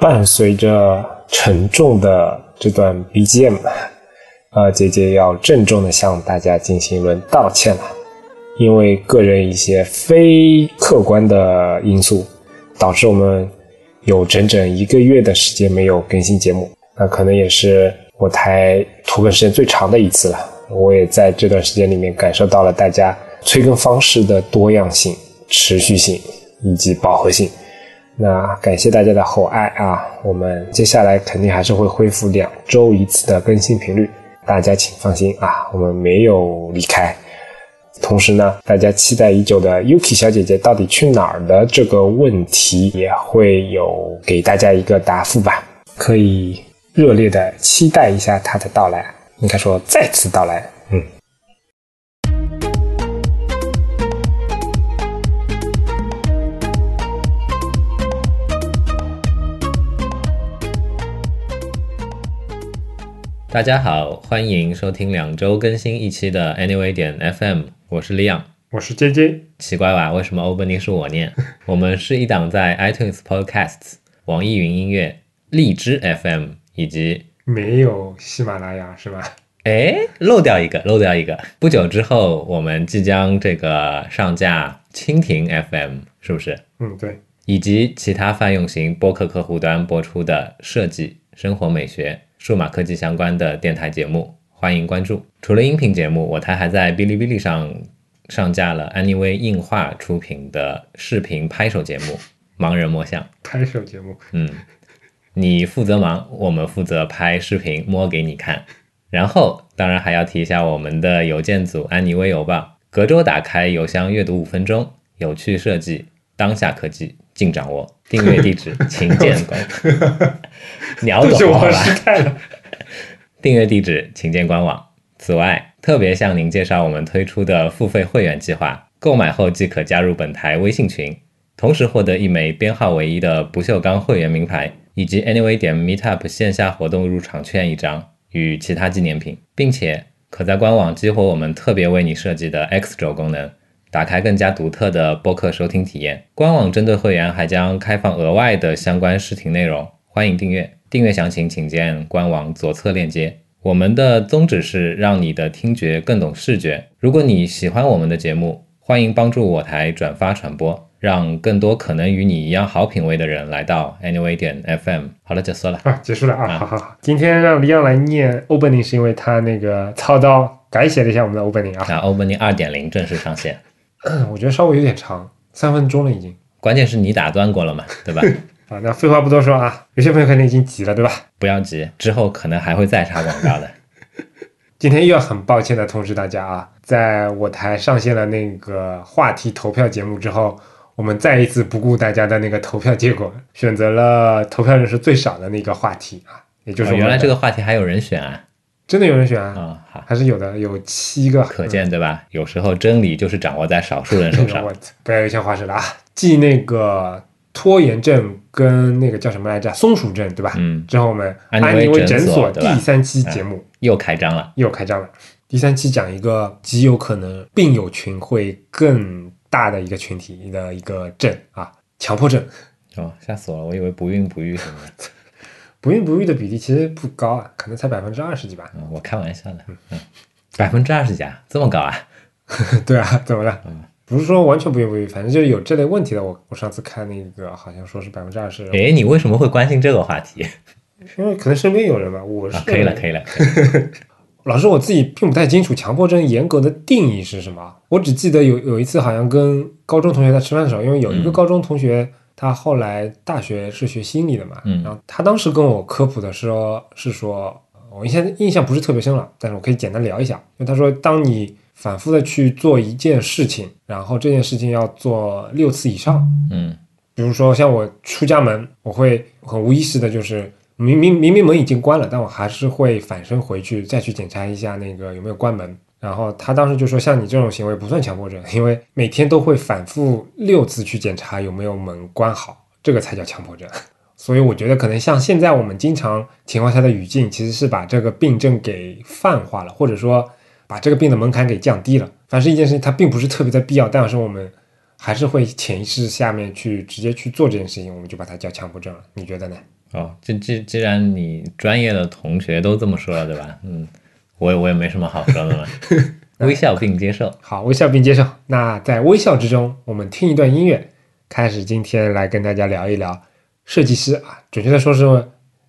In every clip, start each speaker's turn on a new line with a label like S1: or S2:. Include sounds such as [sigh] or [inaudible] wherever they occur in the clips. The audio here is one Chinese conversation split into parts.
S1: 伴随着沉重的这段 BGM，呃，姐姐要郑重的向大家进行一轮道歉了，因为个人一些非客观的因素，导致我们有整整一个月的时间没有更新节目，那可能也是我台拖更时间最长的一次了。我也在这段时间里面感受到了大家催更方式的多样性、持续性以及饱和性。那感谢大家的厚爱啊！我们接下来肯定还是会恢复两周一次的更新频率，大家请放心啊，我们没有离开。同时呢，大家期待已久的 Yuki 小姐姐到底去哪儿的这个问题，也会有给大家一个答复吧，可以热烈的期待一下她的到来，应该说再次到来。嗯，
S2: 大家好，欢迎收听两周更新一期的 Anyway 点 FM，我是 Leon。
S3: 我是 J J，
S2: 奇怪吧？为什么 opening 是我念？我们是一档在 iTunes Podcasts、网易云音乐、荔枝 FM 以及
S3: 没有喜马拉雅是吧？
S2: 哎漏掉一个，漏掉一个。不久之后，我们即将这个上架蜻蜓 FM，是不是？
S3: 嗯，对，
S2: 以及其他泛用型播客客户端播出的设计、生活美学、数码科技相关的电台节目，欢迎关注。除了音频节目，我台还在哔哩哔哩上上架了 Anyway 映画出品的视频拍手节目《盲人摸象》。
S3: 拍手节目
S2: 嗯，你负责忙，我们负责拍视频摸给你看。然后，当然还要提一下我们的邮件组安妮微邮吧，隔周打开邮箱阅读五分钟，有趣设计，当下科技尽掌握。订阅地址请见官。
S3: [laughs]
S2: 秒
S3: 这是
S2: 懂好
S3: 我
S2: 吧？
S3: 失态了。
S2: 订阅地址请见官网。此外，特别向您介绍我们推出的付费会员计划，购买后即可加入本台微信群，同时获得一枚编号为一的不锈钢会员名牌，以及 Anyway 点 Meetup 线下活动入场券一张与其他纪念品，并且可在官网激活我们特别为你设计的 X 轴功能。打开更加独特的播客收听体验。官网针对会员还将开放额外的相关视频内容，欢迎订阅。订阅详情请见官网左侧链接。我们的宗旨是让你的听觉更懂视觉。如果你喜欢我们的节目，欢迎帮助我台转发传播，让更多可能与你一样好品味的人来到 Anyway 点 FM。好了，结束了。
S3: 啊，结束了啊，
S2: 啊
S3: 好好好。今天让李阳来念 opening 是因为他那个操刀改写了一下我们的 opening 啊，
S2: 那 Opening 二点零正式上线，
S3: [coughs]
S2: 嗯
S3: 我觉得稍微有点长，三分钟了已经。
S2: 关键是你打断过了嘛，对吧？
S3: 啊，那废话不多说啊，有些朋友肯定已经急了，对吧？
S2: 不要急，之后可能还会再插广告的。
S3: 今天又要很抱歉的通知大家啊，在我台上线了那个话题投票节目之后，我们再一次不顾大家的那个投票结果，选择了投票人数最少的那个话题啊，也就是
S2: 哦
S3: 我们
S2: 原来这
S3: 个
S2: 个话题还有人选啊！
S3: 真的有人选
S2: 啊、
S3: 啊，
S2: 好，
S3: 还是有的，有七个，
S2: 可见对吧？有时候真理就是掌握在少数人
S3: 这
S2: 手
S3: 个 [laughs]
S2: 上
S3: 我。不要有些话事了啊，继那个拖延症跟那个叫什么来着松鼠症对吧？
S2: 嗯，
S3: 之后我们
S2: 安妮
S3: 安妮
S2: 微
S3: 微诊
S2: 诊所
S3: 所
S2: 对吧嗯
S3: 第三期节目
S2: 又开张了。
S3: 又开张了。第三期讲一个极有可能病友群会更大的一个群体的一个症啊，强迫症。
S2: 哦，吓死我了！我以为不孕不育什么的。
S3: 不孕不育的比例其实不高啊，可能才百分之二十几吧。 [laughs]
S2: 嗯，我开玩笑的。嗯，百分之二十几啊，这么高啊？
S3: 对啊，怎么了？
S2: 嗯
S3: 不是说完全不孕不育，反正就是有这类问题的。我我上次看那个好像说是百分之二十，
S2: 诶，你为什么会关心这个话题？
S3: 因为可能身边有人吧。我是、
S2: 啊，可以了，可以了。可以了
S3: 老师，我自己并不太清楚强迫症严格的定义是什么。我只记得有有一次好像跟高中同学在吃饭的时候，因为有一个
S2: 嗯
S3: 高中同学，他后来大学是学心理的嘛，
S2: 嗯
S3: 然后他当时跟我科普的时候是说，我印象印象不是特别深了，但是我可以简单聊一下。因为他说，当你反复的去做一件事情，然后这件事情要做六次以上，
S2: 嗯
S3: 比如说像我出家门，我会很无意识的，就是明明明明门已经关了，但我还是会反身回去再去检查一下那个有没有关门。然后他当时就说，像你这种行为不算强迫症，因为每天都会反复六次去检查有没有门关好，这个才叫强迫症。 [laughs] 所以我觉得可能像现在我们经常情况下的语境，其实是把这个病症给泛化了，或者说把这个病的门槛给降低了。凡是一件事情，它并不是特别的必要，但是我们还是会潜意识下面去直接去做这件事情，我们就把它叫强迫症了。你觉得呢？
S2: 哦，这这既然你专业的同学都这么说了，对吧？嗯，我也我也没什么好说的了，微笑并接受。
S3: 好，微笑并接受。那在微笑之中，我们听一段音乐，开始今天来跟大家聊一聊设计师啊，准确的说是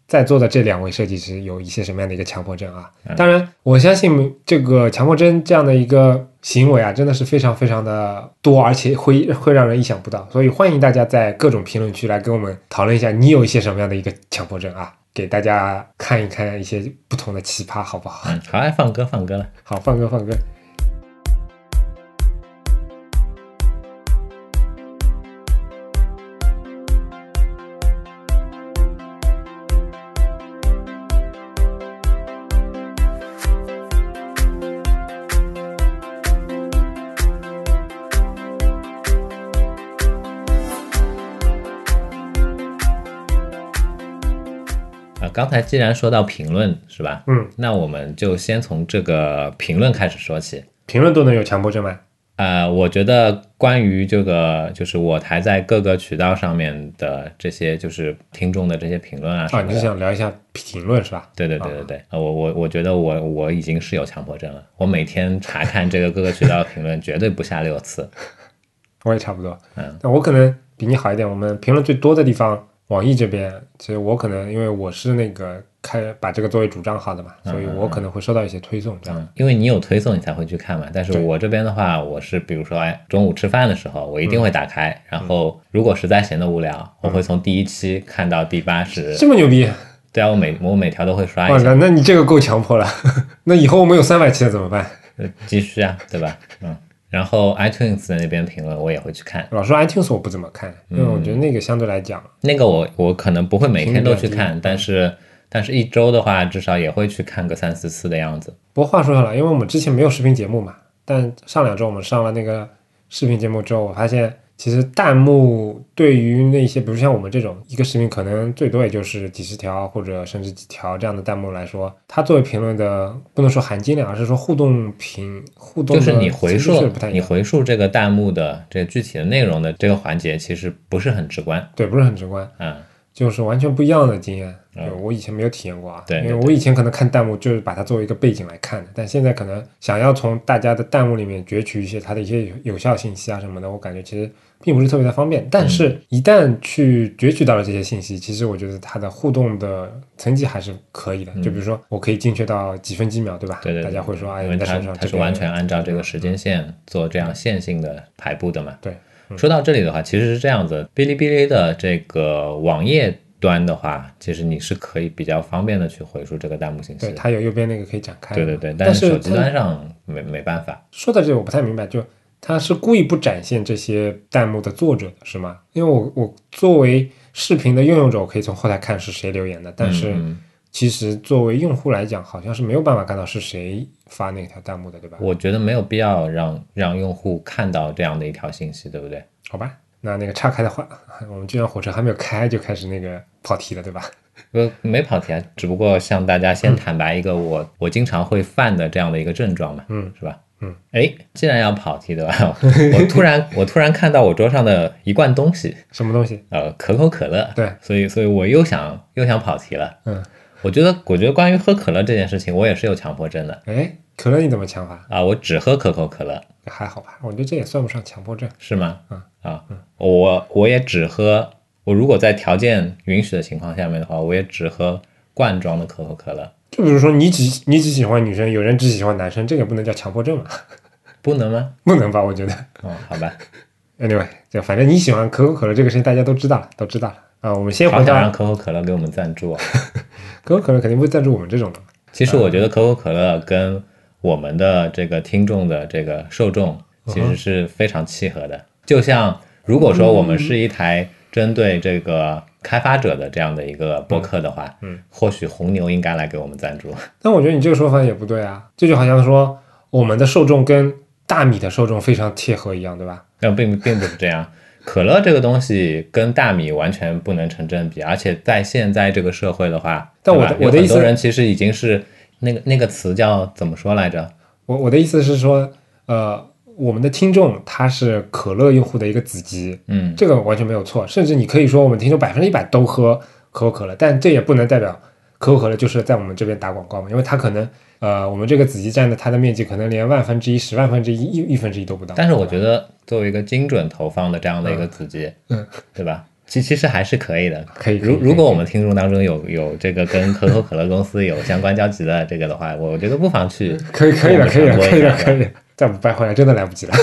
S3: 在座的这两位设计师有一些什么样的一个强迫症啊？当然，我相信这个强迫症这样的一个行为啊，真的是非常非常的多，而且会会让人意想不到。所以欢迎大家在各种评论区来跟我们讨论一下，你有一些什么样的一个强迫症啊？给大家看一看一些不同的奇葩，好不好？
S2: 嗯，好，哎放歌放歌了。
S3: 好，放歌放歌。
S2: 啊，刚才既然说到评论是吧？
S3: 嗯，
S2: 那我们就先从这个评论开始说起。
S3: 评论都能有强迫症吗？
S2: 呃，我觉得关于这个，就是我台在各个渠道上面的这些，就是听众的这些评论啊什
S3: 啊，
S2: 么
S3: 你
S2: 的
S3: 是想聊啊一下评论是吧？
S2: 对对对对对，呃我我我觉得我我已经是有强迫症了，我每天查看这个各个渠道的评论，绝对不下六次。
S3: 我也差不多。
S2: 嗯，
S3: 但我可能比你好一点。我们评论最多的地方，网易这边，其实我可能因为我是那个开把这个作为主账号的嘛，所以我可能会收到一些推送这样。
S2: 嗯，因为你有推送，你才会去看嘛。但是
S3: 对
S2: 我这边的话，我是比如说，哎，中午吃饭的时候，我一定会
S3: 嗯
S2: 打开，然后如果实在闲得无聊，我会从第一期看到第八十。
S3: 这么牛逼哇！
S2: 对啊，我每我每条都会刷一
S3: 那
S2: 下，
S3: 那你这个够强迫了。 [laughs] 那以后我们有三百期了怎么办？
S2: 呃继续啊，对吧？嗯，然后 iTunes 的那边评论我也会去看，
S3: 老说 iTunes 我不怎么看，因为我
S2: 嗯
S3: 觉得那个相对来讲，
S2: 那个我我可能不会每天都去
S3: 频率比较
S2: 看，但是但是一周的话，至少也会去看个三四次的样子。
S3: 不过话说回来，因为我们之前没有视频节目嘛，但上两周我们上了那个视频节目之后，我发现其实弹幕对于那些，比如像我们这种一个视频可能最多也就是几十条或者甚至几条这样的弹幕来说，它作为评论的不能说含金量，而是说互动评互动
S2: 就
S3: 的
S2: 是你回
S3: 形式是
S2: 溯
S3: 不太一
S2: 你
S3: 样，
S2: 回溯这个弹幕的这个具体的内容的这个环节，其实不是很直观。
S3: 对，不是很直观，
S2: 嗯，
S3: 就是完全不一样的经验。对，我以前没有体验过啊，
S2: 对
S3: 因
S2: 对
S3: 为我以前可能看弹幕就是把它作为一个背景来看的，但现在可能想要从大家的弹幕里面攫取一些它的一些有有效信息啊什么的，我感觉其实并不是特别的方便。但
S2: 嗯
S3: 是，一旦去攫取到了这些信息，其实我觉得它的互动的层级还是可以的。就比如说，我可以精确到几分几秒，对吧？
S2: 嗯对对对
S3: 大家会说，哎，
S2: 因
S3: 你
S2: 为
S3: 在
S2: 它
S3: 手上
S2: 它
S3: 这
S2: 是
S3: 边
S2: 完全按照这个时间线做这样线性的排布的嘛。
S3: 对，嗯
S2: 说到这里的话，其实是这样子，哔哩哔哩的这个网页端的话，其实你是可以比较方便的去回溯这个弹幕信息
S3: 对
S2: 的。
S3: 它有右边那个可以展开。
S2: 对对对，
S3: 但
S2: 是手
S3: 是
S2: 机
S3: 它
S2: 端上没没办法。
S3: 说到这里，我不太明白，就他是故意不展现这些弹幕的作者的是吗？因为我我作为视频的拥有者，我可以从后台看是谁留言的，但是
S2: 嗯
S3: 其实作为用户来讲，好像是没有办法看到是谁发那条弹幕的，对吧？
S2: 我觉得没有必要让让用户看到这样的一条信息，对不对？
S3: 好吧，那那个岔开的话， [laughs] 我们居然火车还没有开就开始那个跑题了，对吧？ [laughs]
S2: 呃，没跑题啊，只不过向大家
S3: 嗯
S2: 先坦白一个我、我经常会犯的这样的一个症状嘛，
S3: 嗯，
S2: 是吧？
S3: 嗯，
S2: 哎，既然要跑题对吧？我突然我突然看到我桌上的一罐东西，
S3: 什么东西？
S2: 呃，可口可乐，
S3: 对
S2: 所以所以我又想又想跑题了。
S3: 嗯，
S2: 我觉得我觉得关于喝可乐这件事情，我也是有强迫症的
S3: 哎，可乐你怎么抢法？
S2: 啊，我只喝可口可乐，
S3: 还好吧，我觉得这也算不上强迫症。
S2: 是吗？
S3: 嗯
S2: 啊，我我也只喝，我如果在条件允许的情况下面的话，我也只喝罐装的可口可乐，
S3: 就比如说你只你只喜欢女生，有人只喜欢男生，这个不能叫强迫症吧？
S2: 不能吗？
S3: [laughs] 不能吧？我觉得。
S2: 哦，好
S3: [laughs]
S2: 吧，
S3: Anyway，就反正你喜欢可口可乐这个事情，大家都知道了，都知道了啊、我们先
S2: 好
S3: 回
S2: 想让
S3: 到
S2: 可口可乐给我们赞助啊。
S3: 可口可乐，肯定不会赞助我们这种的嘛。
S2: 其实我觉得可口可乐跟我们的这个听众的这个受众
S3: 嗯
S2: 其实是非常契合的。就像如果说我们是一台针对这个开发者的这样的一个播客的话，嗯，或许红牛应该来给我们赞助。
S3: 但我觉得你这个说法也不对啊，这就好像说我们的受众跟大米的受众非常贴合一样，对吧？
S2: 那并并不是这样。可乐这个东西跟大米完全不能成正比，而且在现在这个社会的话，
S3: 但
S2: 对
S3: 我
S2: 吧
S3: 的
S2: 有
S3: 我的意
S2: 很多
S3: 思
S2: 人其实已经是那个那个词叫怎么说来着？
S3: 我我的意思是说，呃，我们的听众他是可乐用户的一个子集，
S2: 嗯，
S3: 这个完全没有错，甚至你可以说我们听众百分之一百都喝可口可乐，但这也不能代表可口可乐就是在我们这边打广告嘛，因为它可能呃，我们这个子集站的它的面积可能连万分之一、十万分之一、一亿分之一都不到。
S2: 但是我觉得作为一个精准投放的这样的一个子集，
S3: 嗯，
S2: 对吧？其其实还是可以的。
S3: 可以，可以
S2: 如
S3: 可以
S2: 如果我们听众当中有有这个跟可口可乐公司有相关交集的这个的话，我觉得不妨去
S3: 可以可以了，可以了，
S2: 我们
S3: 可以
S2: 传播一下
S3: 了，可以了。再不掰回来，真的来不及 [laughs] 了。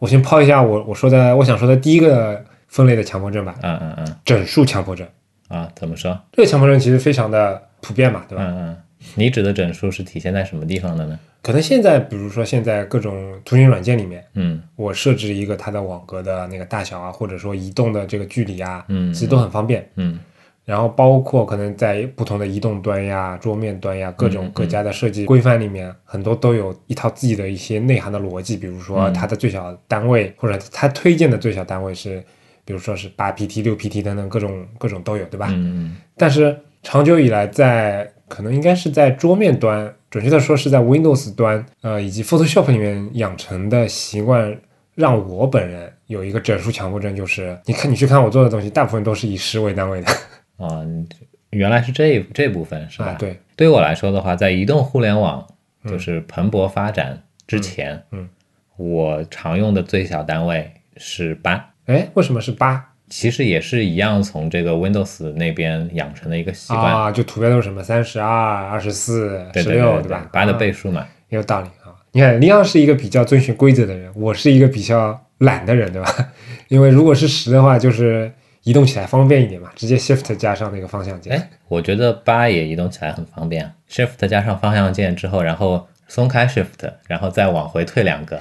S3: 我先抛一下我我说的我想说的第一个分类的强迫症吧，
S2: 嗯嗯嗯
S3: 整数强迫症。
S2: 啊，怎么说？
S3: 这个强迫症其实非常的普遍嘛，对吧？
S2: 嗯嗯，你指的整数是体现在什么地方的呢？
S3: 可能现在，比如说现在各种图形软件里面，
S2: 嗯
S3: 我设置一个它的网格的那个大小啊，或者说移动的这个距离啊，
S2: 嗯
S3: 其实都很方便。
S2: 嗯
S3: 然后包括可能在不同的移动端呀、桌面端呀，各
S2: 嗯
S3: 种
S2: 嗯
S3: 各家的设计规范里面，很多都有一套自己的一些内涵的逻辑。比如说
S2: 嗯
S3: 它的最小单位，或者它推荐的最小单位是，比如说是八 PT、六 PT 等等各种各种都有，对吧？
S2: 嗯
S3: 但是长久以来在，可能应该是在桌面端，准确的说是在 Windows 端，呃，以及 Photoshop 里面养成的习惯，让我本人有一个整数强迫症，就是你看你去看我做的东西，大部分都是以十为单位的
S2: 嗯啊，你原来是这这部分是吧？
S3: 啊，对，嗯
S2: 对我来说的话，在移动互联网就是蓬勃发展之前，
S3: 嗯嗯
S2: 我常用的最小单位是八，
S3: 哎，为什么是八
S2: 其实也是一样从这个 Windows 那边养成的一个习惯，
S3: 啊？就图标都是什么三十二、二十四、
S2: 对
S3: 十
S2: 对
S3: 六，
S2: 对
S3: 吧？
S2: 八的倍
S3: 啊
S2: 数嘛，
S3: 也有道理啊。你看，李昂是一个比较遵循规则的人，我是一个比较懒的人，对吧？ [laughs] 因为如果是十的话，就是移动起来方便一点嘛，直接 Shift 加上那个方向键。
S2: 哎，我觉得八也移动起来很方便啊，Shift 加上方向键之后，然后松开 Shift，然后再往回退两个，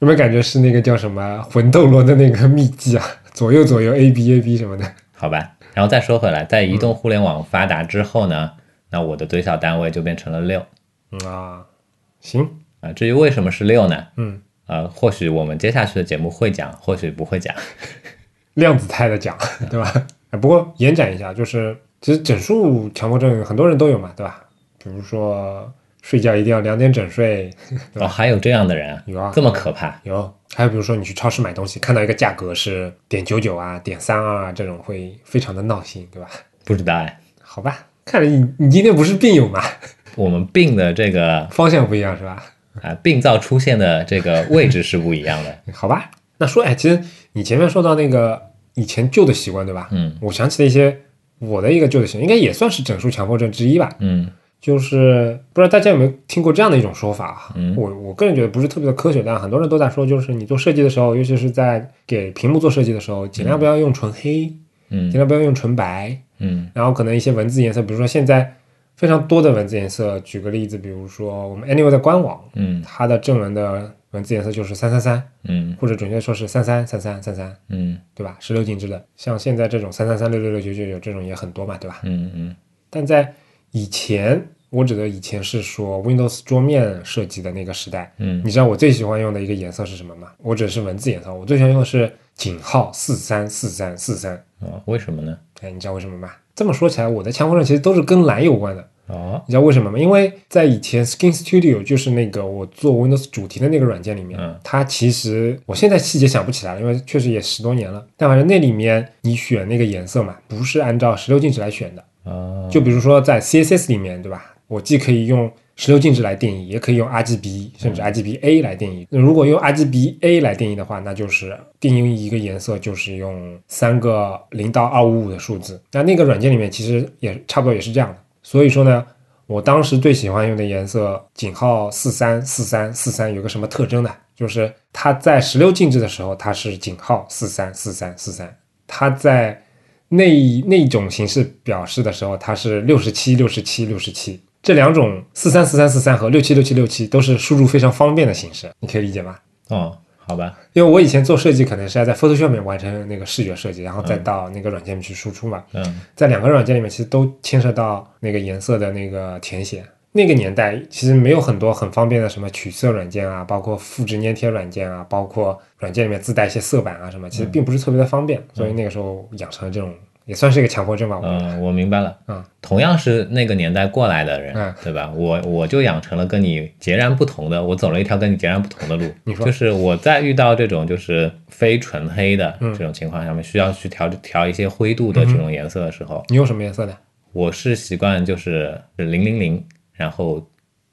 S3: 有没有感觉是那个叫什么魂斗罗的那个秘籍啊？左右左右 A B A B 什么的，
S2: 好吧。然后再说回来，在移
S3: 嗯
S2: 动互联网发达之后呢，那我的最小单位就变成了六
S3: 嗯啊，行，
S2: 啊。至于为什么是六呢？
S3: 嗯，
S2: 呃，或许我们接下去的节目会讲，或许不会讲。
S3: 量子态的讲，对吧？哎不过延展一下，就是其实整数强迫症很多人都有嘛，对吧？比如说睡觉一定要两点整睡， [laughs]
S2: 哦，还有这样的人啊，
S3: 有啊
S2: 这么可怕？
S3: 有，还有比如说你去超市买东西，看到一个价格是点九九啊、点三二啊这种，会非常的闹心，对吧？ [laughs]
S2: 不知道哎，
S3: 好吧，看来你你今天不是病友嘛，
S2: 我们病的这个
S3: 方向不一样是吧？
S2: 啊，病灶出现的这个位置是不一样的。
S3: 好吧，那说哎，其实你前面说到那个以前旧的习惯，对吧？
S2: 嗯
S3: 我想起了一些我的一个旧的习惯，应该也算是整数强迫症之一吧。
S2: 嗯
S3: 就是不知道大家有没有听过这样的一种说法啊？
S2: 嗯
S3: 我我个人觉得不是特别的科学，但很多人都在说，就是你做设计的时候，尤其是在给屏幕做设计的时候，尽量不要用纯黑，尽
S2: 嗯
S3: 量不要用纯白，
S2: 嗯
S3: 然后可能一些文字颜色，比如说现在非常多的文字颜色，举个例子，比如说我们 Anyway 的官网，
S2: 嗯
S3: 它的正文的文字颜色就是三三三。
S2: 嗯
S3: 或者准确说是三三三三三三，
S2: 嗯
S3: 对吧？十六进制的，像现在这种三三三六六六九九九这种也很多嘛，对吧？
S2: 嗯嗯
S3: 但在以前，我指的以前是说 Windows 桌面设计的那个时代。
S2: 嗯
S3: 你知道我最喜欢用的一个颜色是什么吗？我指的是文字颜色，我最喜欢用的是井号四三四三四三。
S2: 哦，为什么呢？
S3: 哎，你知道为什么吗？这么说起来，我的强迫症其实都是跟蓝有关的。
S2: 哦，
S3: 你知道为什么吗？因为在以前 Skin Studio 就是那个我做 Windows 主题的那个软件里面，
S2: 嗯
S3: 它其实我现在细节想不起来了，因为确实也十多年了。但反正那里面你选那个颜色嘛，不是按照十六进制来选的。
S2: 哦，
S3: 就比如说在 CSS 里面，对吧？我既可以用十六进制来定义，也可以用 RGB 甚至 RGBA 来定义。那如果用 RGBA 来定义的话，那就是定义一个颜色就是用三个零到二五五的数字。那那个软件里面其实也差不多也是这样的。所以说呢，我当时最喜欢用的颜色井号四三四三四三有个什么特征呢？就是它在十六进制的时候，它是井号四三四三四三，它在那那种形式表示的时候，它是六十七、六十七、六十七这两种四三四三四三和六七六七六七都是输入非常方便的形式，你可以理解吗？
S2: 哦，好吧，
S3: 因为我以前做设计可能是要在 Photoshop 里面完成那个视觉设计，然后再到那个软件里面去输出嘛。
S2: 嗯
S3: 在两个软件里面其实都牵涉到那个颜色的那个填写。那个年代其实没有很多很方便的什么取色软件啊，包括复制粘贴软件啊，包括软件里面自带一些色板啊什么，其实并不是特别的方便，所以那个时候养成了这种也算是一个强迫症吧。我
S2: 嗯，我明白了。
S3: 嗯，
S2: 同样是那个年代过来的人，
S3: 嗯
S2: 对吧？我我就养成了跟你截然不同的，我走了一条跟你截然不同的路。
S3: 你说
S2: 就是我在遇到这种就是非纯黑的
S3: 嗯
S2: 这种情况下面，需要去调调一些灰度的这种颜色的时候，
S3: 你用什么颜色的
S2: 我是习惯就是零零零，然后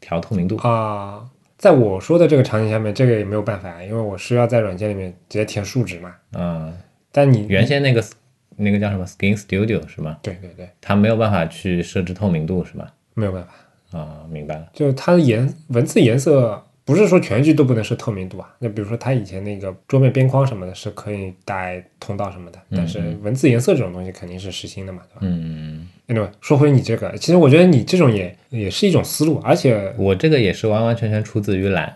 S2: 调透明度。
S3: 啊、在我说的这个场景下面，这个也没有办法，啊因为我是要在软件里面直接填数值嘛。
S2: 嗯，
S3: 但你
S2: 原先那个那个叫什么 Skin Studio 是吗？
S3: 对对对，
S2: 它没有办法去设置透明度是吗？
S3: 没有办法，
S2: 啊、明白了。
S3: 就是它的颜文字颜色不是说全局都不能是透明度啊。那比如说它以前那个桌面边框什么的是可以带通道什么的，但是文字颜色这种东西肯定是实心的嘛，对吧？
S2: 嗯，
S3: Anyway，说回你这个，其实我觉得你这种也也是一种思路，而且
S2: 我这个也是完完全全出自于懒。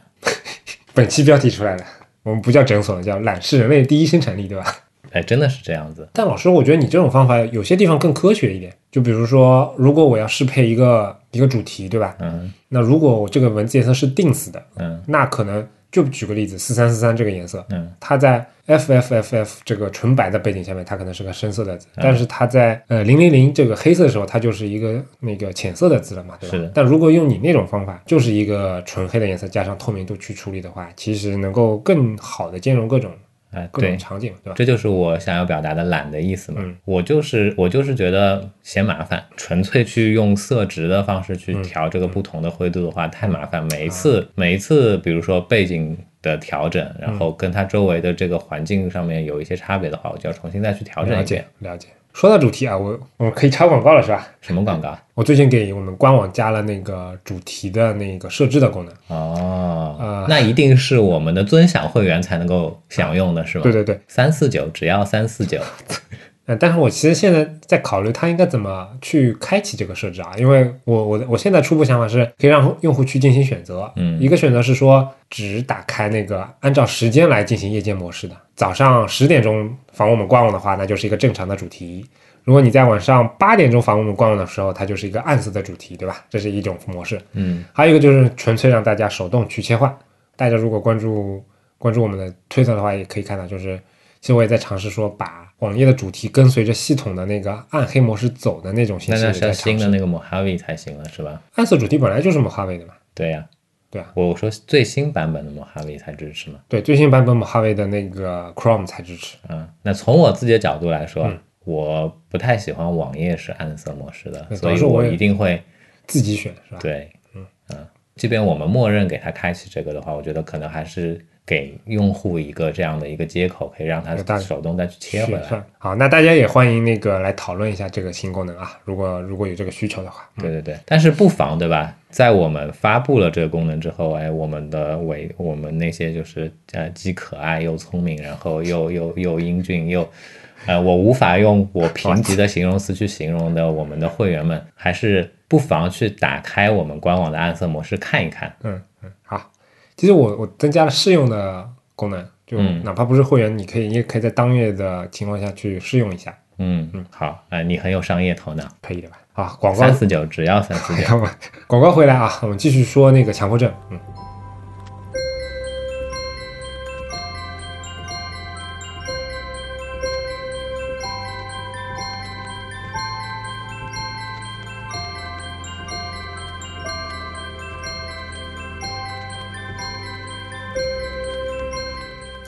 S3: 本期标题出来了，我们不叫诊所，叫懒是人类第一生产力，对吧？ [laughs]
S2: 哎，真的是这样子。
S3: 但老师，我觉得你这种方法有些地方更科学一点，就比如说，如果我要适配一个一个主题，对吧？
S2: 嗯
S3: 那如果我这个文字颜色是定死的，
S2: 嗯
S3: 那可能就举个例子，四三四三这个颜色，
S2: 嗯
S3: 它在 F F F F 这个纯白的背景下面，它可能是个深色的
S2: 嗯
S3: 字，但是它在呃零零零这个黑色的时候，它就是一个那个浅色的字了嘛，对吧？
S2: 是的
S3: 但如果用你那种方法，就是一个纯黑的颜色加上透明度去处理的话，其实能够更好的兼容各种
S2: 啊，
S3: 各种
S2: 对，
S3: 场景，对吧？
S2: 这就是我想要表达的懒的意思嘛。
S3: 嗯
S2: 我就是我就是觉得嫌麻烦，纯粹去用色值的方式
S3: 嗯
S2: 去调这个不同的灰度的话、太麻烦。
S3: 啊
S2: 每一次、每一次，比如说背景的调整，
S3: 嗯
S2: 然后跟它周围的这个环境上面有一些差别的话，我就要重新再去调整
S3: 了
S2: 一遍
S3: 解。了解。说到主题啊，我我们可以插广告了是吧？
S2: 什么广告？啊
S3: [laughs] 我最近给我们官网加了那个主题的那个设置的功能。
S2: 哦，
S3: 啊
S2: 那一定是我们的尊享会员才能够享用的是吗？
S3: 对对对，
S2: 三四九只要三四
S3: [laughs]
S2: 九，
S3: 呃，但是我其实现在在考虑它应该怎么去开启这个设置啊，因为我我的我现在初步想法是可以让用户去进行选择，
S2: 嗯
S3: 一个选择是说只打开那个按照时间来进行夜间模式的，早上十点钟访问我们官网的话，那就是一个正常的主题。如果你在晚上八点钟访问我们官网的时候，它就是一个暗色的主题，对吧？这是一种模式。
S2: 嗯
S3: 还有一个就是纯粹让大家手动去切换。大家如果关注关注我们的推特的话，也可以看到，就是其实我也在尝试说把网页的主题跟随着系统的那个暗黑模式走的那种形
S2: 那
S3: 式
S2: 那
S3: 也
S2: 是要
S3: 在
S2: 新
S3: 尝
S2: 的
S3: 试。
S2: 那个 Mojave 才行了，是吧？
S3: 暗色主题本来就是我们华为的嘛，
S2: 对呀、
S3: 对啊
S2: 我说最新版本的 Mojave 才支持嘛。
S3: 对，最新版本我们华为的那个 Chrome 才支持。
S2: 啊，那从我自己的角度来说，我不太喜欢网页是暗色模式的，
S3: 对
S2: 所以
S3: 当时我也
S2: 一定会
S3: 自己选是吧？
S2: 对，嗯、即便我们默认给它开启这个的话，我觉得可能还是给用户一个这样的一个接口，可以让
S3: 有道
S2: 它
S3: 理
S2: 手动再去切
S3: 是
S2: 回来。
S3: 是好，那大家也欢迎那个来讨论一下这个新功能啊，如果如果有这个需求的话，
S2: 对对对，但是不妨对吧？在我们发布了这个功能之后，哎，我们的为我们那些就是呃既可爱又聪明，然后又又又英俊又，呃，我无法用我贫瘠的形容词去形容的我们的会员们，还是不妨去打开我们官网的暗色模式看一看。
S3: 嗯嗯，好。其实我我增加了试用的功能，就
S2: 嗯
S3: 哪怕不是会员，你可以也可以在当月的情况下去试用一下，
S2: 嗯，好，呃，你很有商业头脑，
S3: 可以的吧？啊，广告 [laughs]
S2: 三，四九只要三四九。
S3: 广告回来啊，我们继续说那个强迫症。嗯，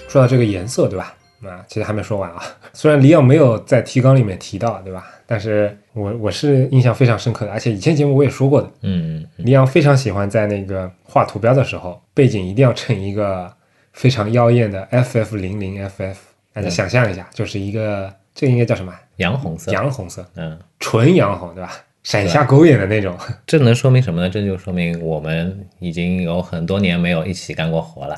S3: 说到这个颜色，对吧？啊，其实还没说完啊。 [laughs] 虽然李昂没有在提纲里面提到，对吧？但是我我是印象非常深刻的，而且以前节目我也说过的，
S2: 嗯，
S3: 李昂非常喜欢在那个画图标的时候，背景一定要衬一个非常妖艳的 FF 零零 FF。大家想象一下，就是一个这个应该叫什么？
S2: 洋红色。
S3: 洋红色，
S2: 嗯，
S3: 纯洋红，对吧？闪瞎狗眼的那种。 [laughs]
S2: 这能说明什么呢？这就说明我们已经有很多年没有一起干过活了。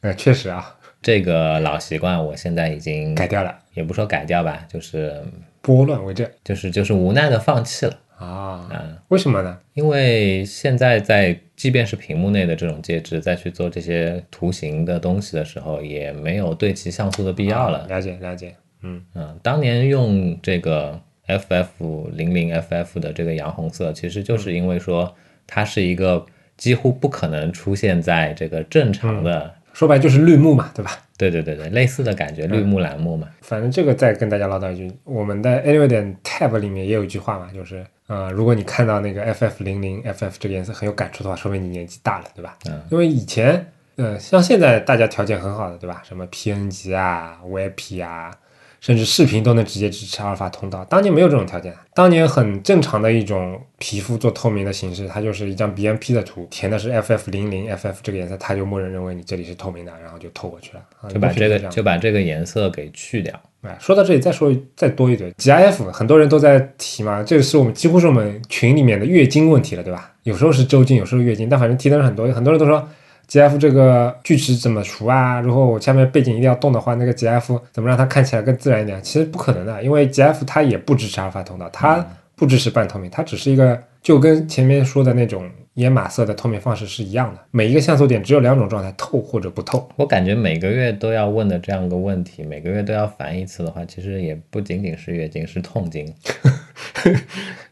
S3: 呃，确实啊，
S2: 这个老习惯，我现在已经
S3: 改，掉了，
S2: 也不说改掉吧，就是
S3: 拨乱为正
S2: 就是就是无奈的放弃了，
S3: 啊。为什么呢？
S2: 因为现在在即便是屏幕内的这种介质，再去做这些图形的东西的时候，也没有对其像素的必要了。
S3: 了解了解，嗯，
S2: 嗯，当年用这个 FF 零零 FF 的这个洋红色，其实就是因为说它是一个几乎不可能出现在这个正常的
S3: 嗯说白就是绿幕嘛，对吧？
S2: 对对对对，类似的感觉，
S3: 嗯
S2: 绿幕栏目嘛，
S3: 反正这个再跟大家唠叨一句，我们的 Anyway 点 Tab 里面也有一句话嘛，就是呃，如果你看到那个 FF 零零 FF 这个颜色很有感触的话，说明你年纪大了，对吧？
S2: 嗯
S3: 因为以前呃，像现在大家条件很好的，对吧？什么 PN 级啊、VIP 啊，甚至视频都能直接支持阿尔法通道，当年没有这种条件，当年很正常的一种皮肤做透明的形式，它就是一张 BMP 的图，填的是 FF 零零 FF 这个颜色，它就默认认为你这里是透明的，然后就透过去了，啊
S2: 就把
S3: 不许
S2: 这个
S3: 样
S2: 就把这个颜色给去掉。
S3: 哎，说到这里，再说一再多一嘴，GIF 很多人都在提嘛，这个是我们几乎是我们群里面的月经问题了，对吧？有时候是周经，有时候月经，但反正提的人很多，很多人都说 GIF 这个锯齿怎么除啊？如果我下面背景一定要动的话，那个 GIF 怎么让它看起来更自然一点？其实不可能的，因为 GIF 它也不支持阿尔法通道，它不支持半透明，它只是一个就跟前面说的那种掩码色的透明方式是一样的，每一个像素点只有两种状态，透或者不透。
S2: 我感觉每个月都要问的这样一个问题，每个月都要烦一次的话，其实也不仅仅是月经，是痛经。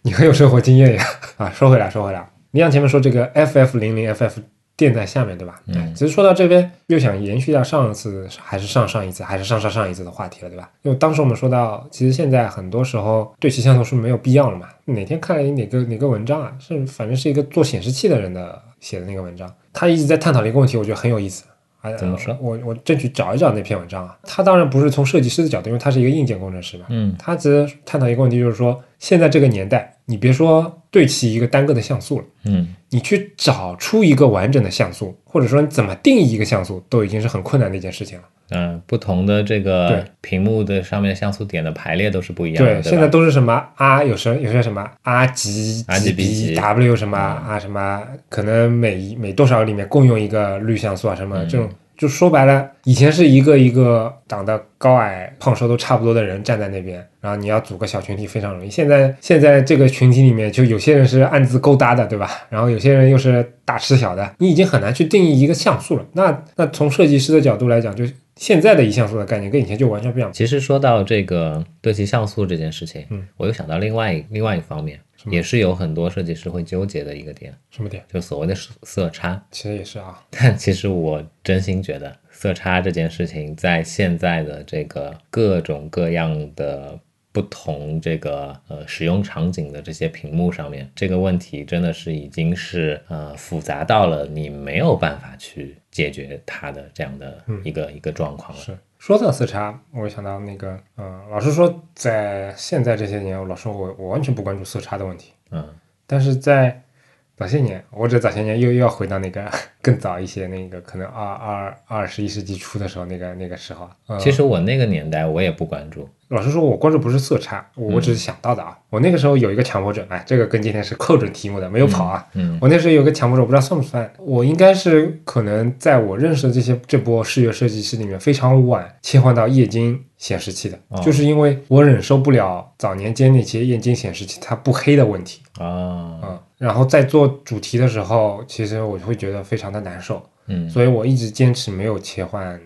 S3: 你很有生活经验呀！啊，说回来，说回来，你像前面说这个 FF 零零 FF 垫在下面，对吧？嗯。其实说到这边，又想延续一下上次，还是上上一次，还是上上上一次的话题了，对吧？因为当时我们说到，其实现在很多时候对齐像素是没有必要了嘛。哪天看了哪个哪个文章啊，是反正是一个做显示器的人的写的那个文章，他一直在探讨的一个问题，我觉得很有意思。哎
S2: 怎么说
S3: 我我争取找一找那篇文章啊。他当然不是从设计师的角度，因为他是一个硬件工程师嘛。
S2: 嗯，
S3: 他只是探讨一个问题，就是说现在这个年代，你别说对齐一个单个的像素了，
S2: 嗯，
S3: 你去找出一个完整的像素，或者说你怎么定义一个像素，都已经是很困难的一件事情了。
S2: 嗯、不同的这个
S3: 对
S2: 屏幕的上面像素点的排列都是不一样的，
S3: 对，
S2: 对吧啊
S3: 现在都是什么 R，有时候有些什么啊 R 级
S2: RGB 级
S3: W 什么
S2: 嗯
S3: 啊什么，可能每每多少里面共用一个滤像素啊什
S2: 嗯
S3: 么这种。就说白了，以前是一个一个长得高矮胖瘦都差不多的人站在那边，然后你要组个小群体非常容易。现在现在这个群体里面，就有些人是暗自勾搭的，对吧？然后有些人又是大吃小的，你已经很难去定义一个像素了。那那从设计师的角度来讲，就现在的一像素的概念跟以前就完全不一样。
S2: 其实说到这个对齐像素这件事情，
S3: 嗯，
S2: 我又想到另外一另外一方面，也是有很多设计师会纠结的一个点，
S3: 什么点？
S2: 就所谓的色色差。
S3: 其实也是啊，
S2: 但 [laughs] 其实我真心觉得色差这件事情，在现在的这个各种各样的不同这个呃使用场景的这些屏幕上面，这个问题真的是已经是呃复杂到了你没有办法去解决它的这样的一个、一个状况了。
S3: 嗯是说到色差，我想到那个，嗯，老实说，在现在这些年，老实说我我完全不关注色差的问题。
S2: 嗯
S3: 但是在早些年，我指早些年又又要回到那个 [laughs] 更早一些，那个可能二二二十一世纪初的时候，那个那个时候，嗯，
S2: 其实我那个年代我也不关注，
S3: 老实说，我关注不是色差，我我只是
S2: 嗯
S3: 想到的啊。我那个时候有一个强迫症，哎，这个跟今天是扣准题目的，没有跑啊。
S2: 嗯
S3: 我那时候有个强迫症，我不知道算不算，我应该是可能在我认识的这些这波视觉设计师里面非常晚切换到液晶显示器的，
S2: 哦
S3: 就是因为我忍受不了早年间那些液晶显示器它不黑的问题
S2: 啊，
S3: 啊、嗯然后在做主题的时候，其实我就会觉得非常的难受，
S2: 嗯，
S3: 所以我一直坚持没有切换。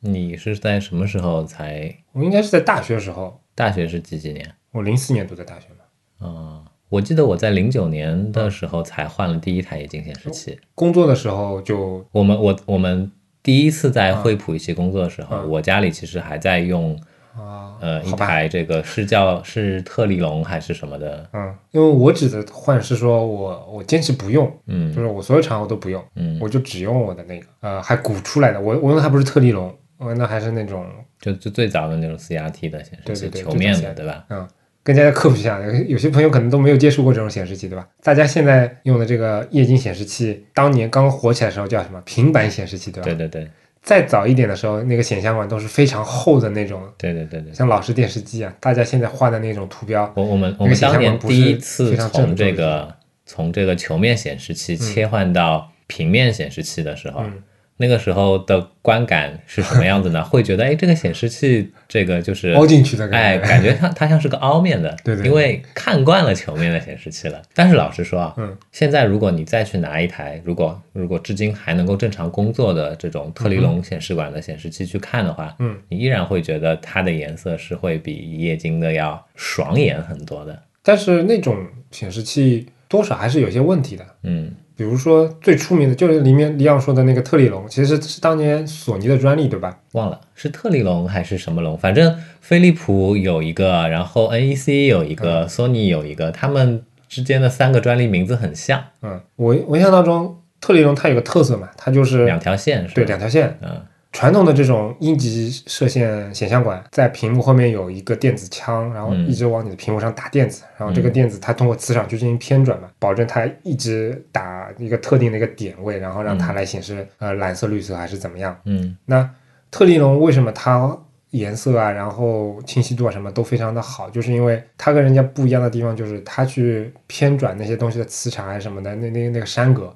S2: 你是在什么时候才？
S3: 我应该是在大学的时候，
S2: 大学是几几年？
S3: 我零四年读的大学嘛。
S2: 嗯，我记得我在零九年
S3: 嗯
S2: 的时候才换了第一台液晶显示器。
S3: 工作的时候就
S2: 我们我我们第一次在惠普一起工作的时候，
S3: 嗯
S2: 我家里其实还在用
S3: 啊，
S2: 呃一
S3: 好吧
S2: 台这个是叫是特立龙还是什么的，
S3: 嗯，因为我指的换是说我我坚持不用，就
S2: 嗯
S3: 是我所有场合都不用，
S2: 嗯，
S3: 我就只用我的那个，呃，还鼓出来的，我我用的还不是特立龙，我用的还是那种，
S2: 就就最早的那种 CRT 的显示
S3: 对对
S2: 器，
S3: 对
S2: 球面
S3: 最
S2: 的
S3: 早
S2: 对吧？
S3: 嗯，跟大家科普一下，有些朋友可能都没有接触过这种显示器，对吧？大家现在用的这个液晶显示器，当年刚火起来的时候叫什么平板显示器，对吧？
S2: 对对对
S3: 再早一点的时候，那个显像管都是非常厚的那种，
S2: 对对对对。
S3: 像老式电视机啊，大家现在画的那种图标，
S2: 我我们
S3: 那个
S2: 我们
S3: 显
S2: 当
S3: 像
S2: 年
S3: 管不是
S2: 第一次
S3: 非常正的
S2: 从
S3: 嗯
S2: 这
S3: 东西
S2: 个从这个球面显示器切换到平面显示器的时候，
S3: 嗯
S2: 那个时候的观感是什么样子呢？ [laughs] 会觉得哎，这个显示器这个就是
S3: 凹进去的
S2: 哎，
S3: 感觉，
S2: 感觉它它像是个凹面的，
S3: 对对对
S2: 因为看惯了球面的显示器了。但是老实说啊，
S3: 嗯，
S2: 现在如果你再去拿一台，如果如果至今还能够正常工作的这种特立龙显示管的显示器去看的话，
S3: 嗯，
S2: 你依然会觉得它的颜色是会比液晶的要爽眼很多的。
S3: 但是那种显示器多少还是有些问题的。
S2: 嗯
S3: 比比如说最出名的就是里面李昂说的那个特立龙，其实是当年索尼的专利，对吧？
S2: 忘了是特立龙还是什么龙，反正飞利浦有一个，然后 NEC 有一
S3: 嗯
S2: 个，索尼有一个，他们之间的三个专利名字很像，
S3: 嗯，我我印象当中特立龙它有个特色嘛，它就是
S2: 两条线是
S3: 对
S2: 吧？
S3: 两条线。
S2: 嗯，
S3: 传统的这种一级射线显像管，在屏幕后面有一个电子枪，然后
S2: 嗯
S3: 一直往你的屏幕上打电子，然后这个电子它通过磁场去进行偏转嘛，保证它一直打一个特定的一个点位，然后让它来显示呃蓝色、绿色还是怎么样。
S2: 嗯
S3: 那特立龙为什么它颜色啊，然后清晰度啊什么都非常的好，就是因为它跟人家不一样的地方就是它去偏转那些东西的磁场啊什么的，那那那个栅格。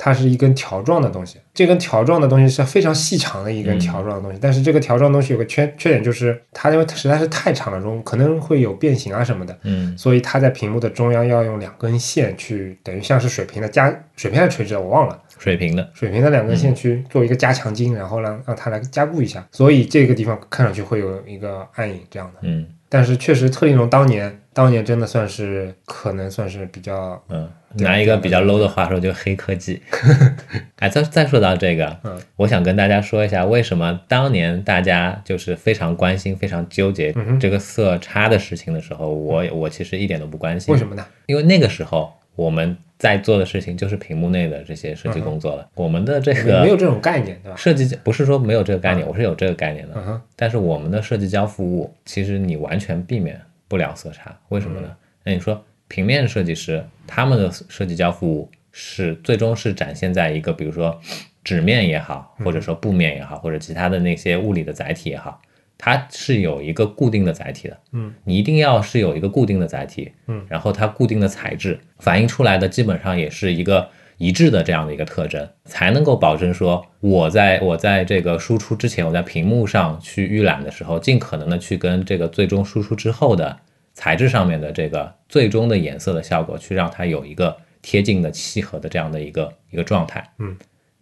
S3: 它是一根条状的东西，这根条状的东西是非常细长的一根条状的东西，但是这个条状东西有个缺缺点就是它因为它实在是太长了，容可能会有变形啊什么的，
S2: 嗯
S3: 所以它在屏幕的中央要用两根线去，等于像是水平的加水平还是垂直的，我忘了，
S2: 水平的，
S3: 水平的两根线去做一个加强筋，然后让让它来加固一下，所以这个地方看上去会有一个暗影这样的。
S2: 嗯
S3: 但是确实，特立龙当年当年真的算是可能算是比较
S2: 嗯，拿一个比较 low 的话说，就黑
S3: [laughs]
S2: 科技。哎，再再说到这个，
S3: 嗯
S2: 我想跟大家说一下，为什么当年大家就是非常关心、非常纠结
S3: 嗯哼嗯
S2: 这个色差的事情的时候，我我其实一点都不关心。
S3: 为什么呢？
S2: 因为那个时候我们在做的事情就是屏幕内的这些设计工作了。我们的这
S3: 嗯没没有
S2: 个
S3: 这种概念，对吧？
S2: 设计不是说没有这个概念，我是有这个概念的，
S3: 嗯哼，
S2: 但是我们的设计交付物其实你完全避免不了色差，为什么
S3: 嗯
S2: 呢？那你说平面设计师他们的设计交付物是最终是展现在一个比如说纸面也好，或
S3: 嗯
S2: 者说布面也好，或者其他的那些物理的载体也好。它是有一个固定的载体的，
S3: 嗯，
S2: 你一定要是有一个固定的载体，
S3: 嗯，
S2: 然后它固定的材质反映出来的基本上也是一个一致的这样的一个特征，才能够保证说我在我在这个输出之前，我在屏幕上去预览的时候，尽可能的去跟这个最终输出之后的材质上面的这个最终的颜色的效果，去让它有一个贴近的契合的这样的一个一个状态，
S3: 嗯，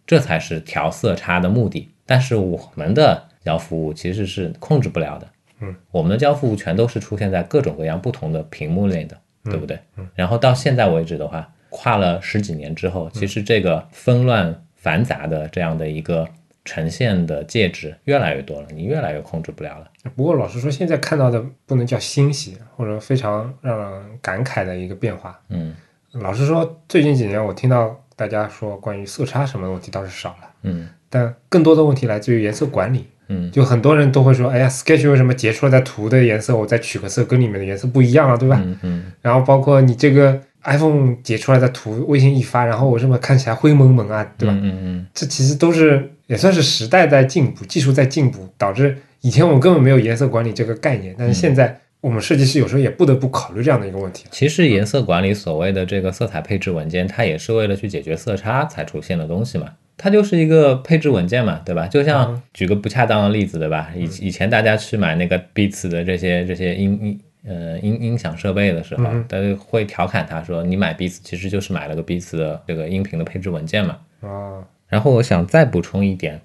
S2: 这才是调色差的目的。但是我们的交付物其实是控制不了的，我们的交付物全都是出现在各种各样不同的屏幕内的，对不对？然后到现在为止的话，跨了十几年之后，其实这个纷乱繁杂的这样的一个呈现的介质越来越多了，你越来越控制不了了。
S3: 不过老实说，现在看到的不能叫欣喜，或者非常让人感慨的一个变化。
S2: 嗯
S3: 老实说，最近几年我听到大家说关于色差什么的问题倒是少了，
S2: 嗯
S3: 但更多的问题来自于颜色管理。
S2: 嗯
S3: 就很多人都会说，哎呀，Sketch 为什么截出来的图的颜色，我再取个色跟里面的颜色不一样啊，对吧？
S2: 嗯嗯
S3: 然后包括你这个 iPhone 截出来的图，微信一发，然后我这么看起来灰蒙蒙啊，对吧？
S2: 嗯嗯
S3: 这其实都是也算是时代在进步，技术在进步，导致以前我们根本没有颜色管理这个概念，但是
S2: 嗯
S3: 现在我们设计师有时候也不得不考虑这样的一个问题。
S2: 其实颜色管理所谓的这个色彩配置文件，它也是为了去解决色差才出现的东西嘛。它就是一个配置文件嘛，对吧？就像举个不恰当的例子，对吧？以以前大家去买那个 Beats 的这些这些音音呃音音响设备的时候
S3: 嗯，
S2: 大家会调侃他说，你买 Beats 其实就是买了个 Beats 的这个音频的配置文件嘛。
S3: 啊，
S2: 然后我想再补充一点，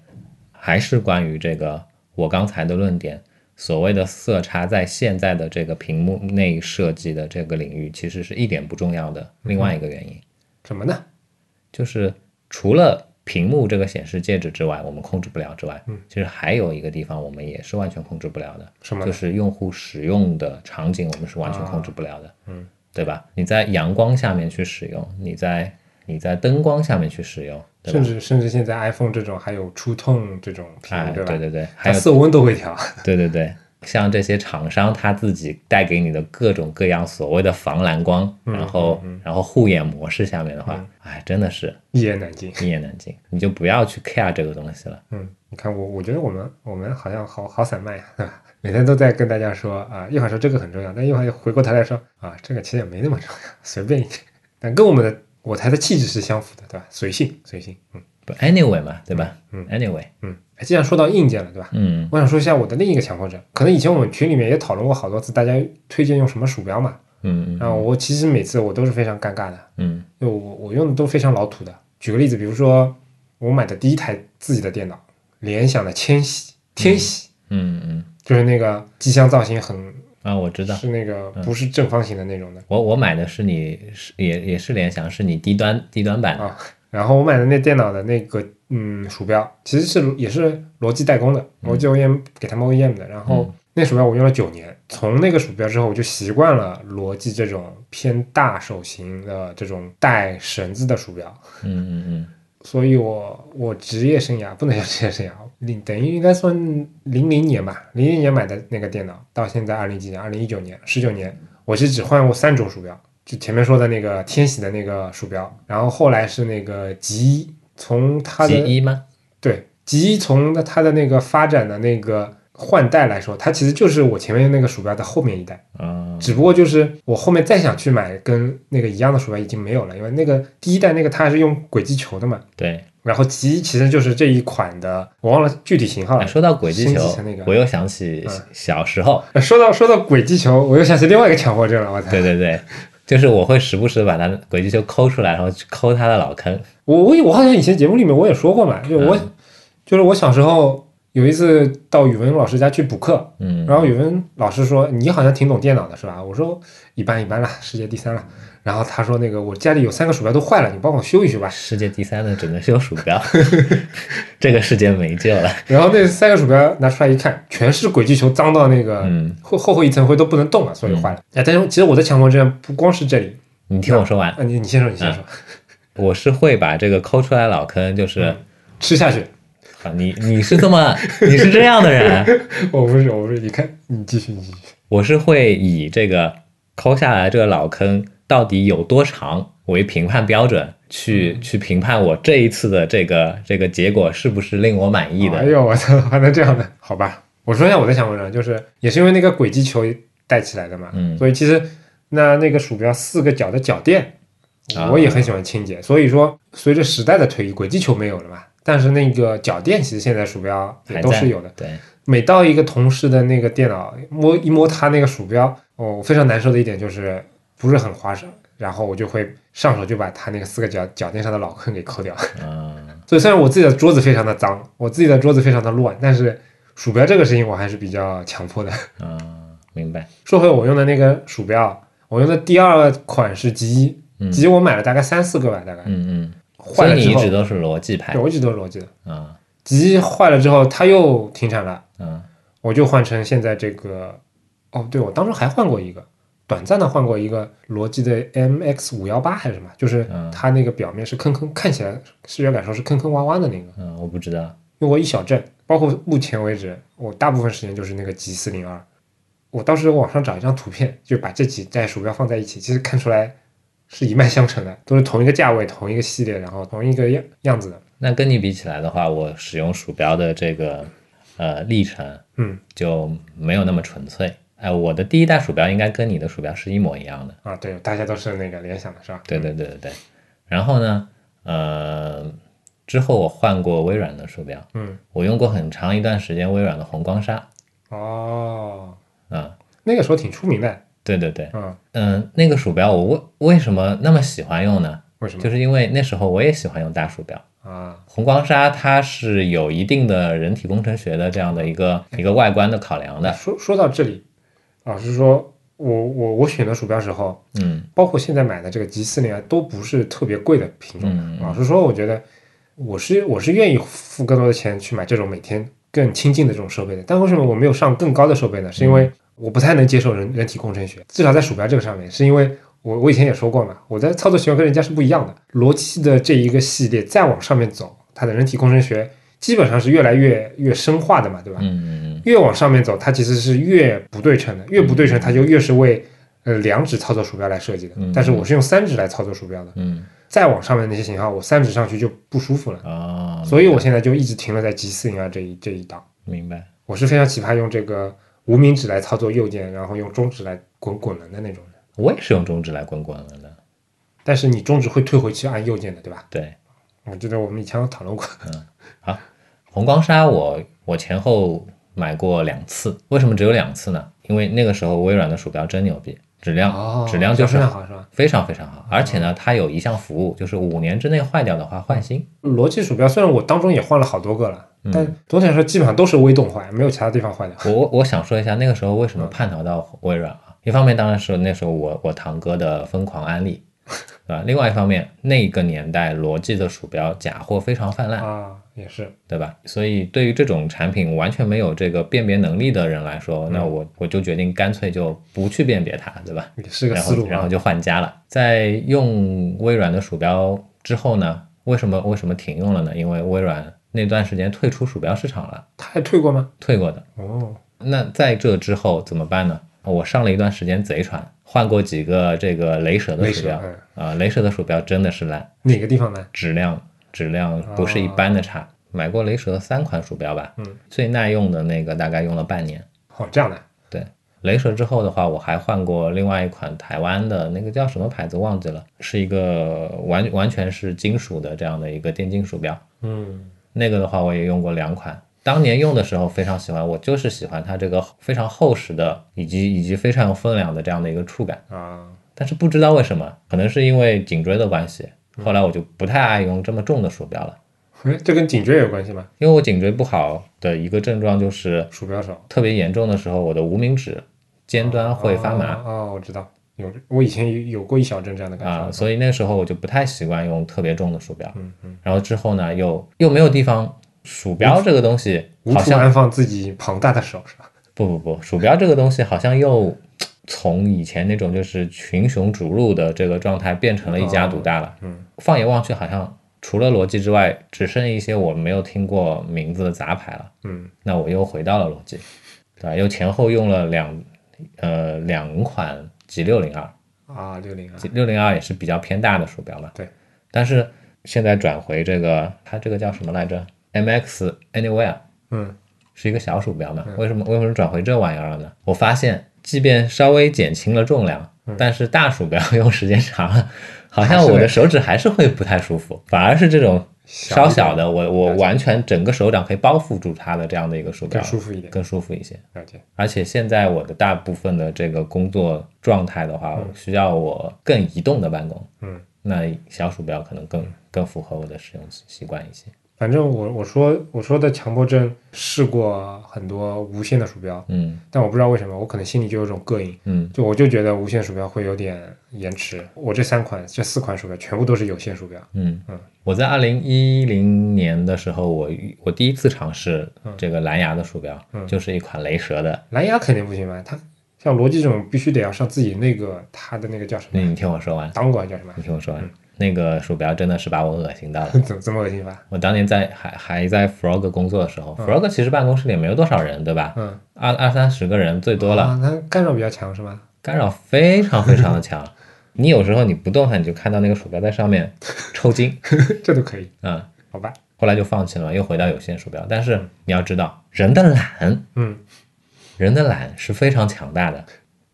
S2: 还是关于这个我刚才的论点，所谓的色差在现在的这个屏幕内设计的这个领域，其实是一点不重要的。另外一个原因
S3: 嗯什么呢？
S2: 就是，除了屏幕这个显示介质之外，我们控制不了之外，其实还有一个地方我们也是完全控制不了的，
S3: 嗯什么呢
S2: 就是用户使用的场景，我们是完全控制不了的，
S3: 啊
S2: 嗯，对吧？你在阳光下面去使用，你在你在灯光下面去使用，对吧？
S3: 甚至甚至现在 iPhone 这种还有触痛这种屏幕，
S2: 哎，
S3: 对吧？
S2: 对对对，还
S3: 它
S2: 有
S3: 色温都会调。 [laughs]
S2: 对对对，像这些厂商他自己带给你的各种各样所谓的防蓝光，
S3: 嗯
S2: 然后、然后护眼模式下面的话，哎，真的是
S3: 一言难尽。
S2: 一言难尽，你就不要去 care 这个东西了。
S3: 嗯，你看我，我觉得我们我们好像好好散漫呀，对吧？每天都在跟大家说啊，一会儿说这个很重要，但一会儿又回过头来说啊，这个其实也没那么重要，随便一点。但跟我们的我台的气质是相符的，对吧？随性，随性。嗯
S2: 不，anyway 嘛，对吧？
S3: 嗯
S2: a n y w a y
S3: 嗯。哎，既然说到硬件了，对吧？
S2: 嗯
S3: 我想说一下我的另一个强迫症，可能以前我们群里面也讨论过好多次，大家推荐用什么鼠标嘛。
S2: 嗯
S3: 然后我其实每次我都是非常尴尬的，
S2: 嗯
S3: 就我我用的都非常老土的。举个例子，比如说我买的第一台自己的电脑，联想的千禧，天禧。
S2: 嗯嗯嗯，
S3: 就是那个机箱造型很
S2: 啊，我知道。
S3: 是那个不是正方形的那种的
S2: 我我买的是你是也也是联想，是你低端低端版的，
S3: 啊，然后我买的那电脑的那个嗯鼠标，其实是也是罗技代工的，罗技 OEM 给他们 OEM 的。然后那鼠标我用了九年，从那个鼠标之后我就习惯了罗技这种偏大手型的这种带绳子的鼠标，
S2: 嗯嗯嗯，
S3: 所以我我职业生涯不能叫职业生涯， [laughs] 零等于应该算零零年吧，零零年买的那个电脑，到现在二零几年，二零一九年，十九年，我是只换过三种鼠标，就前面说的那个天喜的那个鼠标，然后后来是那个极一，从它
S2: 极
S3: 的
S2: 一吗？
S3: 对极一从它的那个发展的那个换代来说，它其实就是我前面那个鼠标的后面一代。
S2: 啊，
S3: 只不过就是我后面再想去买跟那个一样的鼠标已经没有了，因为那个第一代那个它是用轨迹球的嘛，
S2: 对。
S3: 然后极其实就是这一款的，我忘了具体型号
S2: 啊
S3: 了。
S2: 说到轨迹
S3: 升级
S2: 球
S3: 成那个，
S2: 我又想起
S3: 嗯
S2: 小时候，
S3: 呃说到说到轨迹球，我又想起另外一个强迫症了。我操！
S2: [laughs] 对对对，就是我会时不时把它轨迹球抠出来，然后去抠它的老坑。
S3: 我我我好像以前节目里面我也说过嘛，就我、
S2: 嗯
S3: 就是我小时候有一次到语文老师家去补课，
S2: 嗯，
S3: 然后语文老师说你好像挺懂电脑的是吧？我说一般一般啦，世界第三了。然后他说那个我家里有三个鼠标都坏了，你帮我修一修吧。
S2: [laughs] 世界第三的只能修鼠标，这个世界没救了。
S3: 然后那三个鼠标拿出来一看，全是轨迹球，脏到那个
S2: 嗯
S3: 后后后一层灰都不能动了，所以坏了。哎、但是其实我的强迫症不光是这里，
S2: 你听我说完，
S3: 啊，你你先说，你先说，
S2: 我是会把这个抠出来的老坑，就是、
S3: 吃下去。
S2: 啊，你你是这么你是这样的人，
S3: 我不是，我不是，你看，你继续，你继续。
S2: 我是会以这个抠下来这个老坑到底有多长为评判标准，去去评判我这一次的这个这个结果是不是令我满意的。
S3: 哎呦，我操，还能这样的？好吧，我说一下我的强迫症，就是也是因为那个轨迹球带起来的嘛，
S2: 嗯
S3: 所以其实那那个鼠标四个角的脚垫
S2: 啊，
S3: 我也很喜欢清洁。所以说，随着时代的推移，轨迹球没有了嘛，但是那个脚垫其实现在鼠标也
S2: 还
S3: 都
S2: 在
S3: 是有的。
S2: 对，
S3: 每到一个同事的那个电脑摸一摸他那个鼠标，哦，我非常难受的一点就是不是很划手，然后我就会上手就把他那个四个角脚垫上的老坑给抠掉。
S2: 嗯，
S3: 所以虽然我自己的桌子非常的脏，我自己的桌子非常的乱，但是鼠标这个事情我还是比较强迫的。 [laughs]
S2: 啊，明白。
S3: 说回我用的那个鼠标，我用的第二款是 G 一、g 一我买了大概三四个吧，大概
S2: 嗯嗯，
S3: 坏
S2: 所以
S3: 了
S2: 你
S3: 之
S2: 一
S3: 后
S2: 直，都是逻辑派
S3: 对我一直都是逻辑的。
S2: 啊，
S3: G 一坏了之后，它又停产了。
S2: 嗯
S3: 我就换成现在这个，哦，对，我当时还换过一个，短暂的换过一个罗技的 MX 五幺八还是什么，就是
S2: 嗯
S3: 它那个表面是坑坑，看起来视觉感受是坑坑洼洼的那个，
S2: 嗯，我不知道。
S3: 用过一小阵，包括目前为止，我大部分时间就是那个 G 四零二，我当时网上找一张图片，就把这几代鼠标放在一起，其实看出来是一脉相承的，都是同一个价位、同一个系列，然后同一个样样子的，
S2: 那跟你比起来的话，我使用鼠标的这个呃历程
S3: 嗯
S2: 就没有那么纯粹。哎，我的第一代鼠标应该跟你的鼠标是一模一样的。
S3: 啊，对，大家都是那个联想的是吧？
S2: 对对对对对。然后呢，呃，之后我换过微软的鼠标，
S3: 嗯，
S2: 我用过很长一段时间微软的红光鲨。
S3: 哦，
S2: 啊、
S3: 那个时候挺出名的，
S2: 对对对，
S3: 嗯。
S2: 嗯、那个鼠标我为为什么那么喜欢用呢？
S3: 为什么？
S2: 就是因为那时候我也喜欢用大鼠标。
S3: 啊，
S2: 红光鲨它是有一定的人体工程学的这样的一个一个外观的考量的，
S3: 说说到这里，老实说，我我我选的鼠标时候，
S2: 嗯
S3: 包括现在买的这个 G 四零啊都不是特别贵的品种。
S2: 嗯
S3: 老实说，我觉得我是我是愿意付更多的钱去买这种每天更亲近的这种设备的。但为什么我没有上更高的设备呢？是因为我不太能接受人人体工程学，至少在鼠标这个上面，是因为。我我以前也说过嘛，我的操作习惯跟人家是不一样的。罗技的这一个系列再往上面走，它的人体工程学基本上是越来越越深化的嘛，对吧？
S2: 嗯嗯
S3: 越往上面走，它其实是越不对称的，越不对称，它就越是为呃两指操作鼠标来设计的
S2: 嗯。
S3: 但是我是用三指来操作鼠标的，
S2: 嗯
S3: 再往上面那些型号，我三指上去就不舒服了
S2: 嗯，，哦，
S3: 所以我现在就一直停留在 G 四零二这一这一档。
S2: 明白，
S3: 我是非常奇葩用这个无名指来操作右键，然后用中指来滚滚轮的那种人。
S2: 我也是用中指来滚滚轮的，
S3: 但是你中指会退回去按右键的，对吧？
S2: 对，
S3: 我记得我们以前有讨论过。
S2: 红光鲨我我前后买过两次，为什么只有两次呢？因为那个时候微软的鼠标真牛逼，质量、啊质量就是
S3: 非常哦好，是啊吧？
S2: 非常非常好，而且呢，它有一项服务，就是五年之内坏掉的话换新，
S3: 逻辑鼠标虽然我当中也换了好多个了，
S2: 嗯
S3: 但总体来说基本上都是微动坏，没有其他地方坏的。
S2: 我我我想说一下
S3: 嗯 [laughs]
S2: 那个时候为什么叛逃到微软啊？一方面当然是那时候我我堂哥的疯狂安利，对吧？另外一方面，那个年代罗技的鼠标假货非常泛滥，
S3: 啊，也是，
S2: 对吧？所以对于这种产品完全没有这个辨别能力的人来说，
S3: 嗯
S2: 那我我就决定干脆就不去辨别它，对吧？
S3: 也是个
S2: 然
S3: 思
S2: 后
S3: 路。啊
S2: 然后就换家了。在用微软的鼠标之后呢，为什么为什么停用了呢？因为微软那段时间退出鼠标市场了，
S3: 他还退过吗？
S2: 退过的。
S3: 哦，
S2: 那在这之后怎么办呢？我上了一段时间贼船，换过几个这个雷蛇的
S3: 雷
S2: 鼠
S3: 蛇
S2: 标
S3: 嗯，
S2: 啊，雷蛇的鼠标真的是烂，
S3: 哪个地方呢？
S2: 质量质量不是一般的差。买过雷蛇三款鼠标吧，
S3: 嗯，
S2: 最耐用的那个大概用了半年。
S3: 哦，这样的，
S2: 对，雷蛇之后的话，我还换过另外一款台湾的那个叫什么牌子忘记了，是一个完完全是金属的这样的一个电竞鼠标。
S3: 嗯，
S2: 那个的话，我也用过两款。当年用的时候非常喜欢，我就是喜欢它这个非常厚实的，以及以及非常有分量的这样的一个触感。
S3: 啊，
S2: 但是不知道为什么，可能是因为颈椎的关系，后来我就不太爱用这么重的鼠标了，
S3: 哎，这跟颈椎有关系吗？
S2: 因为我颈椎不好的一个症状就是
S3: 鼠标手
S2: 特别严重的时候，我的无名指尖端会发麻。
S3: 哦哦，我知道，有我以前有有过一小阵这样的感
S2: 啊，
S3: 觉。
S2: 所以那时候我就不太习惯用特别重的鼠标。
S3: 嗯嗯，
S2: 然后之后呢，又又没有地方，鼠标这个东西
S3: 无
S2: 好
S3: 处
S2: 像
S3: 安放自己庞大的手是吧？
S2: 不不不，鼠标这个东西好像又从以前那种就是群雄逐鹿的这个状态变成了一家独大了。
S3: 嗯，
S2: 放眼望去，好像除了逻辑之外，只剩一些我没有听过名字的杂牌了。
S3: 嗯，
S2: 那我又回到了逻辑，对吧？又前后用了两呃两款 G 六零二，
S3: 啊，六零啊，
S2: 六零二也是比较偏大的鼠标嘛。
S3: 对，
S2: 但是现在转回这个，它这个叫什么来着？MX Anywhere
S3: 嗯，
S2: 是一个小鼠标嘛？为什么为什么转回这玩意儿了呢？我发现，即便稍微减轻了重量，但是大鼠标 [laughs] 用时间长了，好像
S3: 嗯还是
S2: 我的
S3: 会
S2: 手指还是会不太舒服，反而是这种。
S3: 嗯小一
S2: 稍
S3: 点
S2: 小的，我我
S3: 了解
S2: 完全整个手掌可以包覆住它的这样的一个嗯鼠标，
S3: 更舒服一点
S2: 更舒服一些。
S3: 了解。
S2: 而且现在我的大部分的这个工作状态的话，需要我更移动的办公，
S3: 嗯，
S2: 那小鼠标可能更更符合我的使用习习惯一些。
S3: 反正我我说我说的强迫症试过很多无线的鼠标，
S2: 嗯
S3: 但我不知道为什么，我可能心里就有种膈应，
S2: 嗯
S3: 就我就觉得无线鼠标会有点延迟。我这三款这四款鼠标全部都是有线鼠标，
S2: 嗯
S3: 嗯
S2: 我在二零一零年的时候，我我第一次尝试这个蓝牙的鼠标，
S3: 嗯
S2: 就是一款雷蛇的。
S3: 蓝牙肯定不行嘛，它像罗技这种必须得要上自己那个它的那个叫什
S2: 那
S3: 么
S2: 你听我说完，
S3: 当管叫什么 [laughs]
S2: 你，听我说
S3: 嗯
S2: 完，那个鼠标真的是把我恶心到了。
S3: 怎么怎么恶心法？
S2: 我当年在还还在 Frog 工作的时候、f r o g 其实办公室里没有多少人，对吧？
S3: 嗯，
S2: 二二三十个人最多了。
S3: 啊，它干扰比较强是吗？ [laughs]
S2: 干扰非常非常的强。你有时候你不动它，你就看到那个鼠标在
S3: [laughs]
S2: 上面抽筋
S3: 这都可以，
S2: 啊、
S3: 好吧？
S2: 后来就放弃了，又回到有线鼠标。但是你要知道，人的懒，
S3: 嗯，
S2: 人的懒是非常强大的。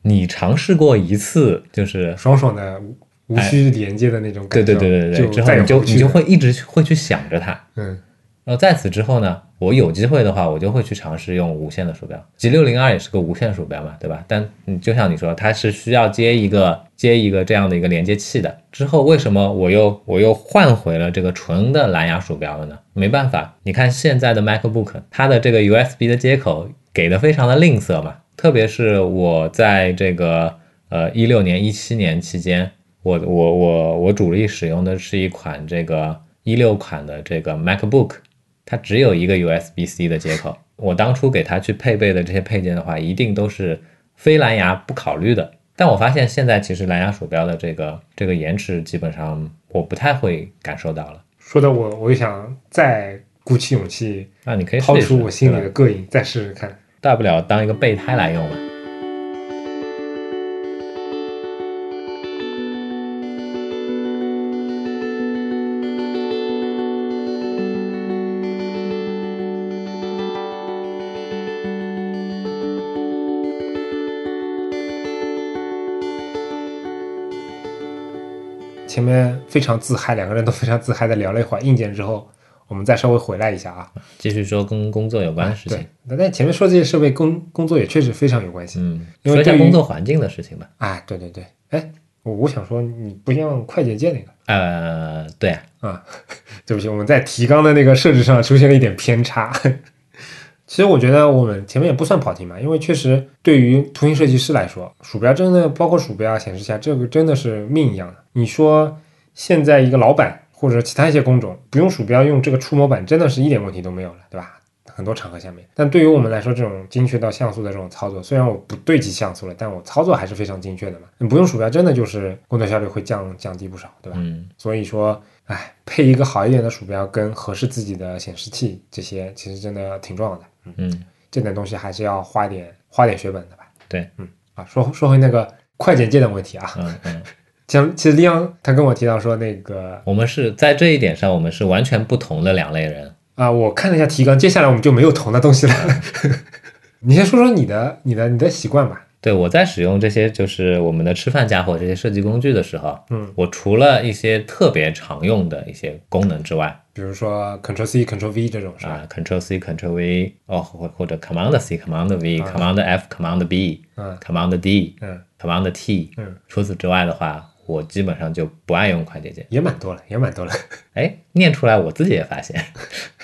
S2: 你尝试过一次，就是
S3: 爽爽的无无需连接的那种
S2: 对
S3: 感受，
S2: 哎对对对对，之
S3: 就
S2: 后
S3: 再也
S2: 你就
S3: 回去
S2: 你就会一直去会去想着它。
S3: 嗯
S2: 然后在此之后呢，我有机会的话，我就会去尝试用无线的鼠标。G 六零二也是个无线鼠标嘛，对吧？但你就像你说，它是需要接一个接一个这样的一个连接器的。之后为什么我又我又换回了这个纯的蓝牙鼠标了呢？没办法，你看现在的 MacBook，它的这个 USB 的接口给的非常的吝啬嘛，特别是我在这个呃一六年一七年期间，我我我我主力使用的是一款这个一六款的这个 MacBook。它只有一个 USB-C 的接口。我当初给它去配备的这些配件的话，一定都是非蓝牙不考虑的。但我发现现在其实蓝牙鼠标的这个这个延迟，基本上我不太会感受到了。
S3: 说的我我就想再鼓起勇气
S2: 那你可以试一试
S3: 掏出我心里
S2: 对
S3: 的
S2: 吧
S3: 膈应，再试试看。
S2: 大不了当一个备胎来用嘛。
S3: 前面非常自嗨，两个人都非常自嗨的聊了一会儿硬件之后，我们再稍微回来一下啊。
S2: 继续说跟工作有关的事情
S3: 对，，那但前面说这些设备工工作也确实非常有关系。
S2: 嗯，
S3: 因为
S2: 说一下
S3: 啊对于
S2: 工作环境的事情吧。
S3: 哎，对对对，哎，我我想说，你不像快捷键那个
S2: 呃，对啊，
S3: 啊，对不起，我们在提纲的那个设置上出现了一点偏差。 [laughs] 其实我觉得我们前面也不算跑题嘛，因为确实对于图形设计师来说，鼠标真的包括鼠标啊、显示器啊，这个真的是命一样的。你说现在一个老板或者其他一些工种不用鼠标用这个触摸板，真的是一点问题都没有了，对吧？很多场合下面，但对于我们来说，这种精确到像素的这种操作，虽然我不对齐像素了，但我操作还是非常精确的嘛。你不用鼠标，真的就是工作效率会降降低不少，对吧？
S2: 嗯，
S3: 所以说，哎，配一个好一点的鼠标跟合适自己的显示器，这些其实真的挺重要的。嗯，
S2: 嗯，
S3: 这点东西还是要花点花点血本的吧。
S2: 对，
S3: 嗯，啊，说说回那个快简介的问题啊，
S2: 嗯嗯，
S3: 像其实利昂他跟我提到说那个
S2: 我们是在这一点上，我们是完全不同的两类人。
S3: 啊，我看了一下提纲，接下来我们就没有同的东西了。 [laughs] 你先说说你的你的你的习惯吧。
S2: 对我在使用这些就是我们的吃饭家伙这些设计工具的时候，
S3: 嗯，
S2: 我除了一些特别常用的一些功能之外，
S3: 比如说 Ctrl C、Ctrl V 这种是吧？
S2: 啊，Ctrl C、Ctrl V，哦，或或者 Command C、Command V、Command
S3: 啊
S2: F、Command B、
S3: 嗯
S2: Command D、
S3: 嗯
S2: Command T。
S3: 嗯，
S2: 除此之外的话，我基本上就不爱用快捷键。
S3: 也蛮多了，也蛮多了。 [laughs]
S2: 哎，念出来我自己也发现，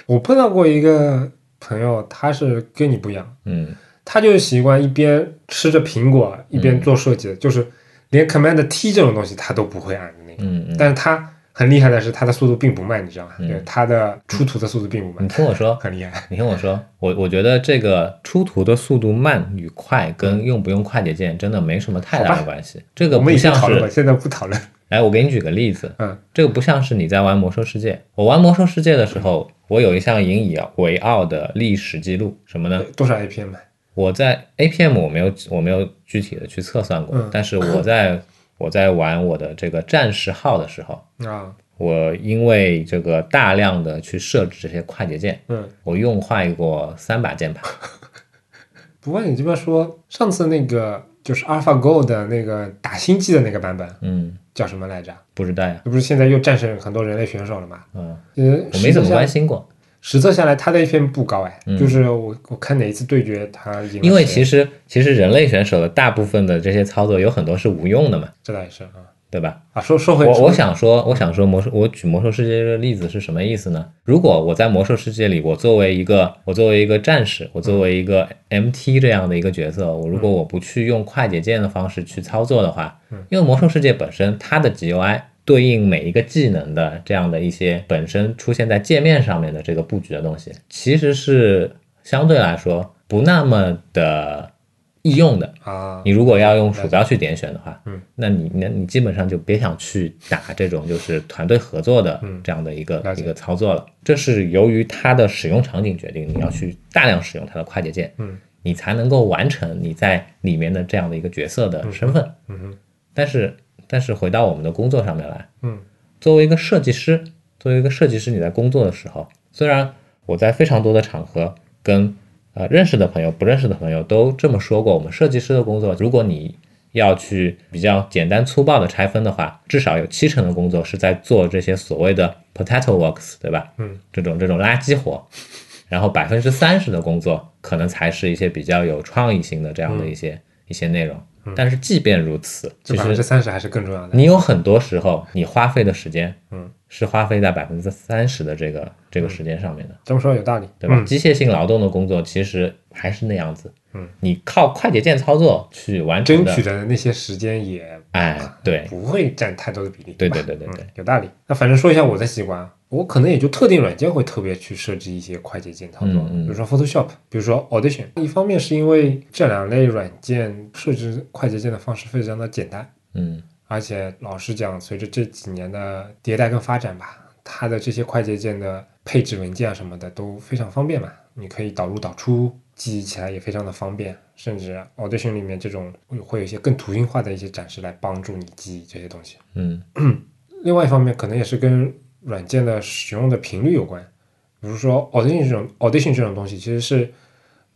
S3: 我碰到过一个朋友，他是跟你不一样，
S2: 嗯，
S3: 他就是习惯一边吃着苹果一边做设计，就是连 Command T 这种东西他都不会按的那个。
S2: 嗯嗯
S3: 但是他很厉害的是，他的速度并不慢，你知道吗？对，他的出图的速度并不慢，
S2: 你听我说，
S3: 很厉害。
S2: 你听我说，我我觉得这个出图的速度慢与快跟用不用快捷键真的没什么太大的关系。这个
S3: 嗯我们
S2: 不
S3: 以前
S2: 像
S3: 讨论过，
S2: 是，
S3: 现在不讨论。
S2: 哎，我给你举个例子，
S3: 嗯
S2: 这个不像是你在玩魔兽世界。我玩魔兽世界的时
S3: 嗯
S2: 候，我有一项引以为傲的历史记录，什么呢？
S3: 多少 APM？
S2: 我在 APM 我没有我没有具体的去测算过，
S3: 嗯
S2: 但
S3: [laughs]
S2: 是我在我在玩我的这个战士号的时候，
S3: 啊，
S2: 我因为这个大量的去设置这些快捷键，
S3: 嗯，
S2: 我用坏过三把键盘。
S3: 不过你这边说上次那个就是 AlphaGo 的那个打星际的那个版本
S2: 嗯，
S3: 叫什么来着？
S2: 不知道呀，
S3: 这不是现在又战胜很多人类选手了吗？
S2: 嗯，
S3: 嗯，
S2: 我没怎么关
S3: 系。
S2: 心过，
S3: 实测下来，他的 APM 不高哎，就是我我看哪一次对决他赢了谁，
S2: 嗯因为其实其实人类选手的大部分的这些操作有很多是无用的嘛，
S3: 这倒也是啊
S2: 对吧？
S3: 啊，说说回
S2: 我我想说，我想说魔兽，我举魔兽世界这个例子是什么意思呢？如果我在魔兽世界里，我作为一个我作为一个战士，我作为一个 MT 这样的一个角色，我如果我不去用快捷键的方式去操作的话，因为魔兽世界本身它的 GUI 对应每一个技能的这样的一些本身出现在界面上面的这个布局的东西，其实是相对来说不那么的易用的。
S3: 啊
S2: 你如果要用鼠标去点选的话，
S3: 嗯，
S2: 那你那你基本上就别想去打这种就是团队合作的这样的一个、
S3: 嗯了解
S2: 一个操作了。这是由于它的使用场景决定，你要去大量使用它的快捷键，
S3: 嗯，
S2: 你才能够完成你在里面的这样的一个角色的身份。
S3: 嗯哼
S2: 但是但是回到我们的工作上面来，
S3: 嗯，
S2: 作为一个设计师，作为一个设计师，你在工作的时候，虽然我在非常多的场合跟呃认识的朋友、不认识的朋友都这么说过，我们设计师的工作，如果你要去比较简单粗暴的拆分的话，至少有七成的工作是在做这些所谓的 potato works，对吧？
S3: 嗯，
S2: 这种这种垃圾活，然后百分之三十的工作可能才是一些比较有创意性的
S3: 嗯
S2: 这样的一些、一些内容。但是即便如此，
S3: 这嗯
S2: 其
S3: 百分之
S2: 实
S3: 三十还是更重要的。
S2: 你有很多时候你花费的时间，
S3: 嗯，
S2: 是花费在百分之三十的这个这个时间上面的，
S3: 这么说有道理，
S2: 对吧？
S3: 嗯
S2: 机械性劳动的工作其实还是那样子，
S3: 嗯，
S2: 你靠快捷键操作去完成
S3: 争
S2: 的，
S3: 取的那些时间也
S2: 哎，对，
S3: 不会占太多的比例。
S2: 对
S3: 吧
S2: 对对对对
S3: 嗯，有道理。那反正说一下我的习惯啊，我可能也就特定软件会特别去设置一些快捷键操作，
S2: 嗯
S3: 比
S2: 嗯
S3: 如说 Photoshop，比如说 Audition。一方面是因为这两类软件设置快捷键的方式非常的简单，
S2: 嗯
S3: 而且老实讲，随着这几年的迭代跟发展吧，它的这些快捷键的配置文件啊什么的都非常方便嘛，你可以导入导出，记忆起来也非常的方便。甚至 Audition 里面这种会有一些更图形化的一些展示来帮助你记忆这些东西。
S2: 嗯
S3: 另外一方面，可能也是跟软件的使用的频率有关。比如说 Audition 这种 Audition 这种东西，其实是，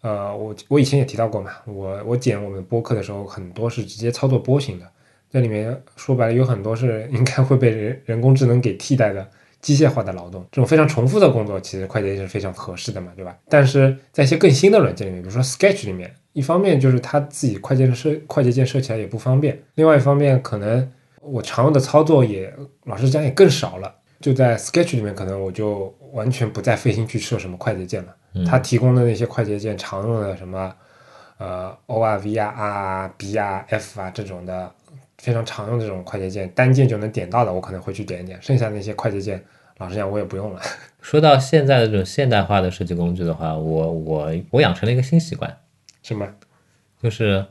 S3: 呃，我我以前也提到过嘛，我我剪我们播客的时候，很多是直接操作波形的，这里面说白了有很多是 [laughs] 应该会被人人工智能给替代的机械化的劳动，这种非常重复的工作，其实快捷键是非常合适的嘛，对吧？但是在一些更新的软件里面，比如说 Sketch 里面，一方面就是它自己快捷键设快捷键设起来也不方便，另外一方面可能我常用的操作也老实讲也更少了，就在 Sketch 里面，可能我就完全不再费心去设什么快捷键了。它提供的那些快捷键常用的什么呃 O 啊 V 啊 R 啊 B 啊 F 啊这种的非常常用这种快捷键，单键就能点到的，我可能会去点一点，剩下那些快捷键，老实讲我也不用了。
S2: 说到现在的这种现代化的设计工具的话，我我我养成了一个新习惯，
S3: 是吗？
S2: 就是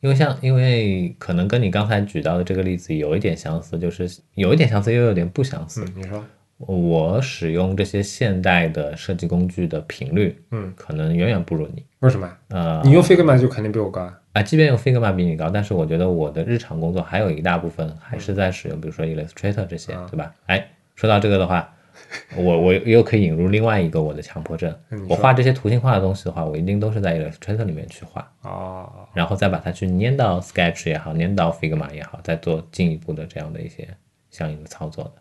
S2: 因为像因为可能跟你刚才举到的这个例子有一点相似，就是有一点相似又有点不相似。
S3: 嗯，你说，
S2: 我使用这些现代的设计工具的频率，
S3: 嗯，
S2: 可能远远不如你。
S3: 为什么？
S2: 呃，
S3: 你用 Figma 就肯定比我高啊。
S2: 啊，即便用 Figma 比你高，但是我觉得我的日常工作还有一大部分还是在使用，比如说 Illustrator 这些，
S3: 啊
S2: 对吧？哎，说到这个的话， [laughs] 我我又可以引入另外一个我的强迫症
S3: 嗯你，
S2: 我
S3: 说
S2: 画这些图形化的东西的话，我一定都是在 Illustrator 里面去画，
S3: 哦，
S2: 然后再把它去粘到 Sketch 也好，粘到 Figma 也好，再做进一步的这样的一些相应的操作的。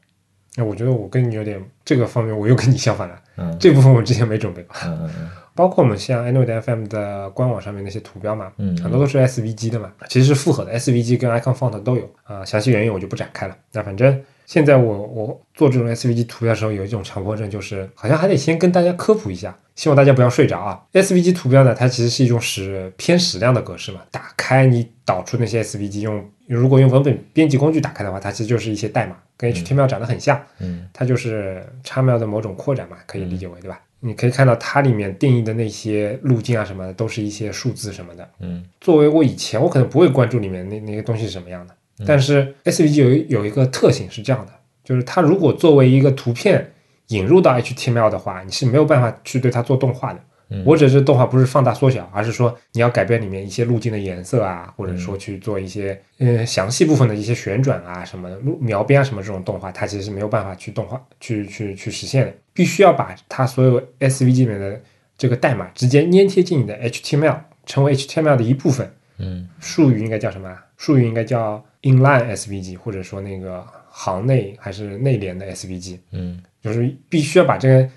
S3: 那我觉得我跟你有点这个方面，我又跟你相反了。
S2: 嗯
S3: 这部分我之前没准备过，
S2: 嗯嗯嗯，
S3: [laughs] 包括我们像 Anode FM 的官网上面那些图标嘛，
S2: 嗯
S3: 很多都是 SVG 的嘛，其实是复合的，SVG 跟 Icon Font 都有啊、详细原因我就不展开了。那反正现在我我做这种 SVG 图标的时候，有一种强迫症，就是好像还得先跟大家科普一下，希望大家不要睡着啊。SVG 图标呢，它其实是一种矢偏矢量的格式嘛，打开你导出那些 SVG 用，如果用文本编辑工具打开的话，它其实就是一些代码，跟 HTML 长得很像。
S2: 嗯
S3: 它就是 XML 的某种扩展嘛，可以理解为对吧？你可以看到它里面定义的那些路径啊什么的，都是一些数字什么的。
S2: 嗯，
S3: 作为我以前我可能不会关注里面那那个东西是什么样的，但是 SVG 有一有一个特性是这样的，就是它如果作为一个图片引入到 HTML 的话，你是没有办法去对它做动画的。我指的这动画不是放大缩小，而是说你要改变里面一些路径的颜色啊，或者说去做一些呃详细部分的一些旋转啊什么的路描边啊什么这种动画，它其实是没有办法去动画去去去实现的，必须要把它所有 SVG 里面的这个代码直接粘贴进你的 HTML，成为 HTML 的一部分。
S2: 嗯，
S3: 术语应该叫什么啊？术语应该叫 inline SVG，或者说那个行内还是内联的 SVG。
S2: 嗯，
S3: 就是必须要把这个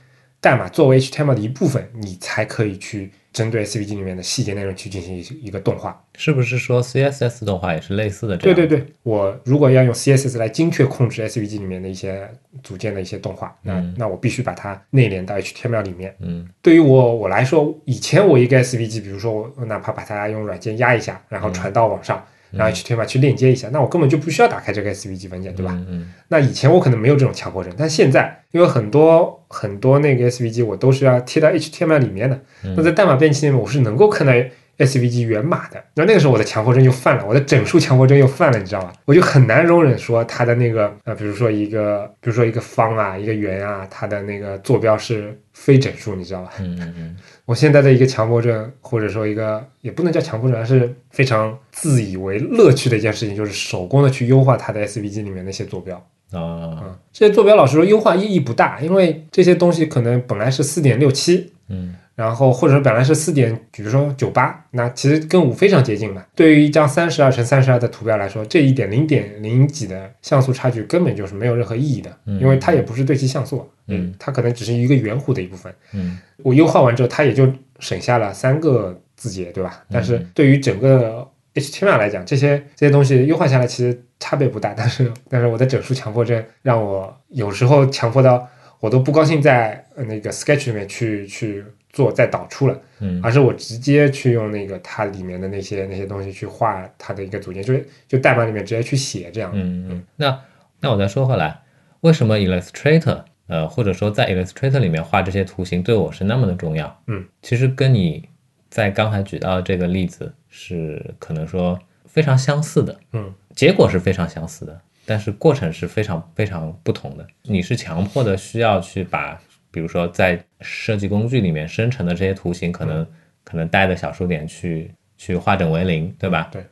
S3: 代码作为 HTML 的一部分，你才可以去针对 SVG 里面的细节内容去进行一一个动画。
S2: 是不是说 CSS 动画也是类似的这
S3: 对
S2: 样？
S3: 对对，我如果要用 CSS 来精确控制 SVG 里面的一些组件的一些动画，那、那我必须把它内联到 HTML 里面。
S2: 嗯
S3: 对于我我来说，以前我一个 SVG，比如说我哪怕把它用软件压一下，然后传到网上，然后 HTML 去链接一下，那我根本就不需要打开这个 SVG 文件，对吧？
S2: 嗯嗯
S3: 那以前我可能没有这种强迫症，但现在因为很多很多那个 SVG 我都是要贴到 HTML 里面的，那在代码编辑里面我是能够看到 SVG 源码的。那那个时候我的强迫症又犯了，我的整数强迫症又犯了，你知道吧？我就很难容忍说它的那个呃，比如说一个比如说一个方啊，一个圆啊，它的那个坐标是非整数，你知道吧？
S2: 嗯嗯嗯，
S3: 我现在的一个强迫症，或者说一个也不能叫强迫症，而是非常自以为乐趣的一件事情，就是手工的去优化它的 SVG 里面那些坐标。
S2: 啊，
S3: 啊，这些坐标老实说优化意义不大，因为这些东西可能本来是四点六七，
S2: 嗯，
S3: 然后或者说本来是四点，比如说九八，那其实跟五非常接近嘛。对于一张三十二乘三十二的图标来说，这一点零点零几的像素差距根本就是没有任何意义的，因为它也不是对齐像素，
S2: 嗯，
S3: 它可能只是一个圆弧的一部分。
S2: 嗯，
S3: 我优化完之后，它也就省下了三个字节，对
S2: 嗯
S3: 吧？但是对于整个 HTML 来讲，这些这些东西优化下来其实差别不大，但是但是我的整数强迫症让我有时候强迫到我都不高兴在呃那个 Sketch 里面去去做再导出了，
S2: 嗯
S3: 而是我直接去用那个它里面的那些那些东西去画它的一个组件，就是就代码里面直接去写这样。
S2: 嗯，嗯，那那我再说回来，为什么 Illustrator 呃或者说在 Illustrator 里面画这些图形对我是那么的重要？
S3: 嗯，
S2: 其实跟你在刚才举到的这个例子是可能说非常相似的，
S3: 嗯，
S2: 结果是非常相似的，但是过程是非常非常不同的。你是强迫的需要去把，比如说在设计工具里面生成的这些图形，可能、
S3: 嗯
S2: 可能带着小数点去去化整为零，对吧？
S3: 对，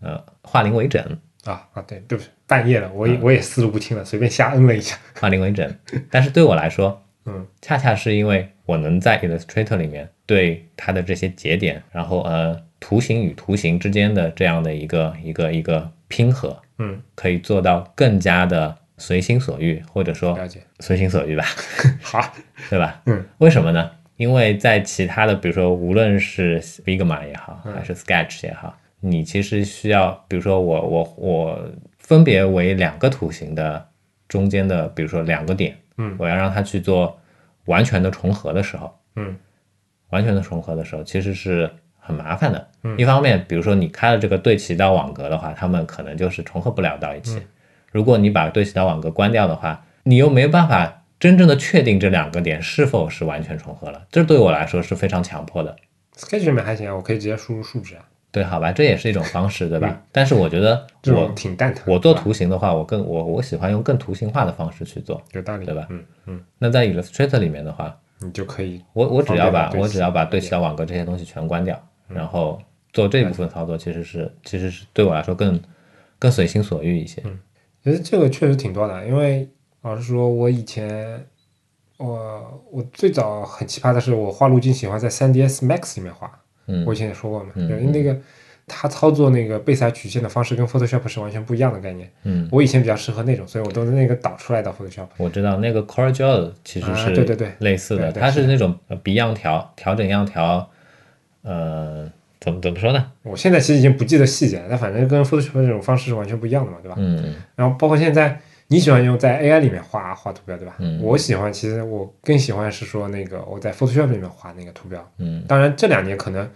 S2: 呃，化零为整，
S3: 啊啊，对，对不起，半夜了，我
S2: 嗯
S3: 也、我也思路不清了，随便瞎摁了一下。
S2: 化零为整。但是对我来说，
S3: 嗯，
S2: 恰恰是因为我能在 Illustrator 里面对它的这些节点，然后呃图形与图形之间的这样的一个一个一个拼合，
S3: 嗯，
S2: 可以做到更加的随心所欲，或者说
S3: 了解。
S2: 随心所欲吧，
S3: 好，
S2: 对吧？
S3: 嗯，
S2: 为什么呢？因为在其他的，比如说无论是 Figma 也好，
S3: 嗯
S2: 还是 Sketch 也好，你其实需要，比如说我我我分别为两个图形的中间的，比如说两个点，
S3: 嗯
S2: 我要让它去做完全的重合的时候，
S3: 嗯，
S2: 完全的重合的时候，其实是很麻烦的。
S3: 嗯
S2: 一方面，比如说你开了这个对齐到网格的话，他们可能就是重合不了到一
S3: 嗯
S2: 起。如果你把对齐到网格关掉的话，你又没办法真正的确定这两个点是否是完全重合了。这对我来说是非常强迫的。
S3: Sketch 里面还行啊，我可以直接输入数值啊，
S2: 对，好吧，这也是一种方式，对吧？但是我觉得
S3: 这
S2: 我
S3: 种挺蛋疼的。
S2: 我做
S3: 嗯是吧
S2: 图形的话，我更我我喜欢用更图形化的方式去做。
S3: 有道理，
S2: 对吧
S3: 嗯嗯，
S2: 那在 Illustrator 里面的话，
S3: 你就可以
S2: 我我只要
S3: 方便把对
S2: 把
S3: 齐嗯
S2: 我只要把对齐到网格这些东西全关掉，然后做这一部分操作，其实是其实是对我来说更更随心所欲一些。
S3: 嗯其实这个确实挺多的，啊因为老实说，我以前我我最早很奇葩的是，我画路径喜欢在 3ds Max 里面画，
S2: 嗯
S3: 我以前也说过嘛，
S2: 嗯
S3: 因为那个它操作那个贝塞曲线的方式跟 Photoshop 是完全不一样的概念。
S2: 嗯，
S3: 我以前比较适合那种，所以我都是那个导出来的 Photoshop。
S2: 我知道那个 CorelDRAW 其实是
S3: 啊对对对
S2: 类似的，
S3: 对对
S2: 它是那种呃比样条调整样条，呃，怎么怎么说呢？
S3: 我现在其实已经不记得细节了，但反正跟 Photoshop 这种方式是完全不一样的嘛，对吧？
S2: 嗯
S3: 然后包括现在你喜欢用在 AI 里面画画图标，对吧？
S2: 嗯
S3: 我喜欢，其实我更喜欢是说那个我在 Photoshop 里面画那个图标。
S2: 嗯
S3: 当然这两年可能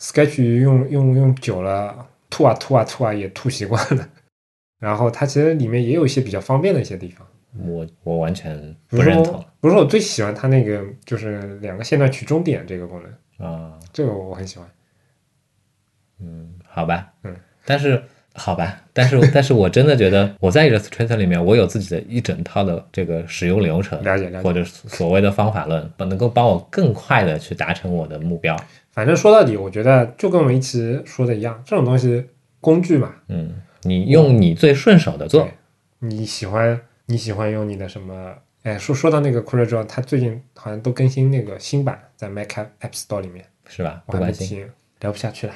S3: Sketch 用用用久了，吐啊吐啊吐啊也吐习惯了。 [laughs] 然后它其实里面也有一些比较方便的一些地方，
S2: 嗯，我我完全
S3: 比
S2: 不
S3: 如说
S2: 认同。
S3: 比如说我最喜欢它那个就是两个线段取中点这个功能，
S2: 啊。
S3: 这个我很喜欢。
S2: 好吧，
S3: 嗯，
S2: 但是好吧，但是但是我真的觉得我在 Illustrator 里面，我有自己的一整套的这个使用流程，
S3: 了解了解
S2: 或者所谓的方法论，能够帮我更快的去达成我的目标。
S3: 反正说到底，我觉得就跟我们一直说的一样，这种东西工具嘛，
S2: 嗯，你用你最顺手的做
S3: 对，你喜欢你喜欢用你的什么？哎，说说到那个 CorelDRAW，它最近好像都更新那个新版，在 Mac App App Store 里面，
S2: 是吧？
S3: 我
S2: 不
S3: 还没
S2: 关心。
S3: 听，聊不下去了。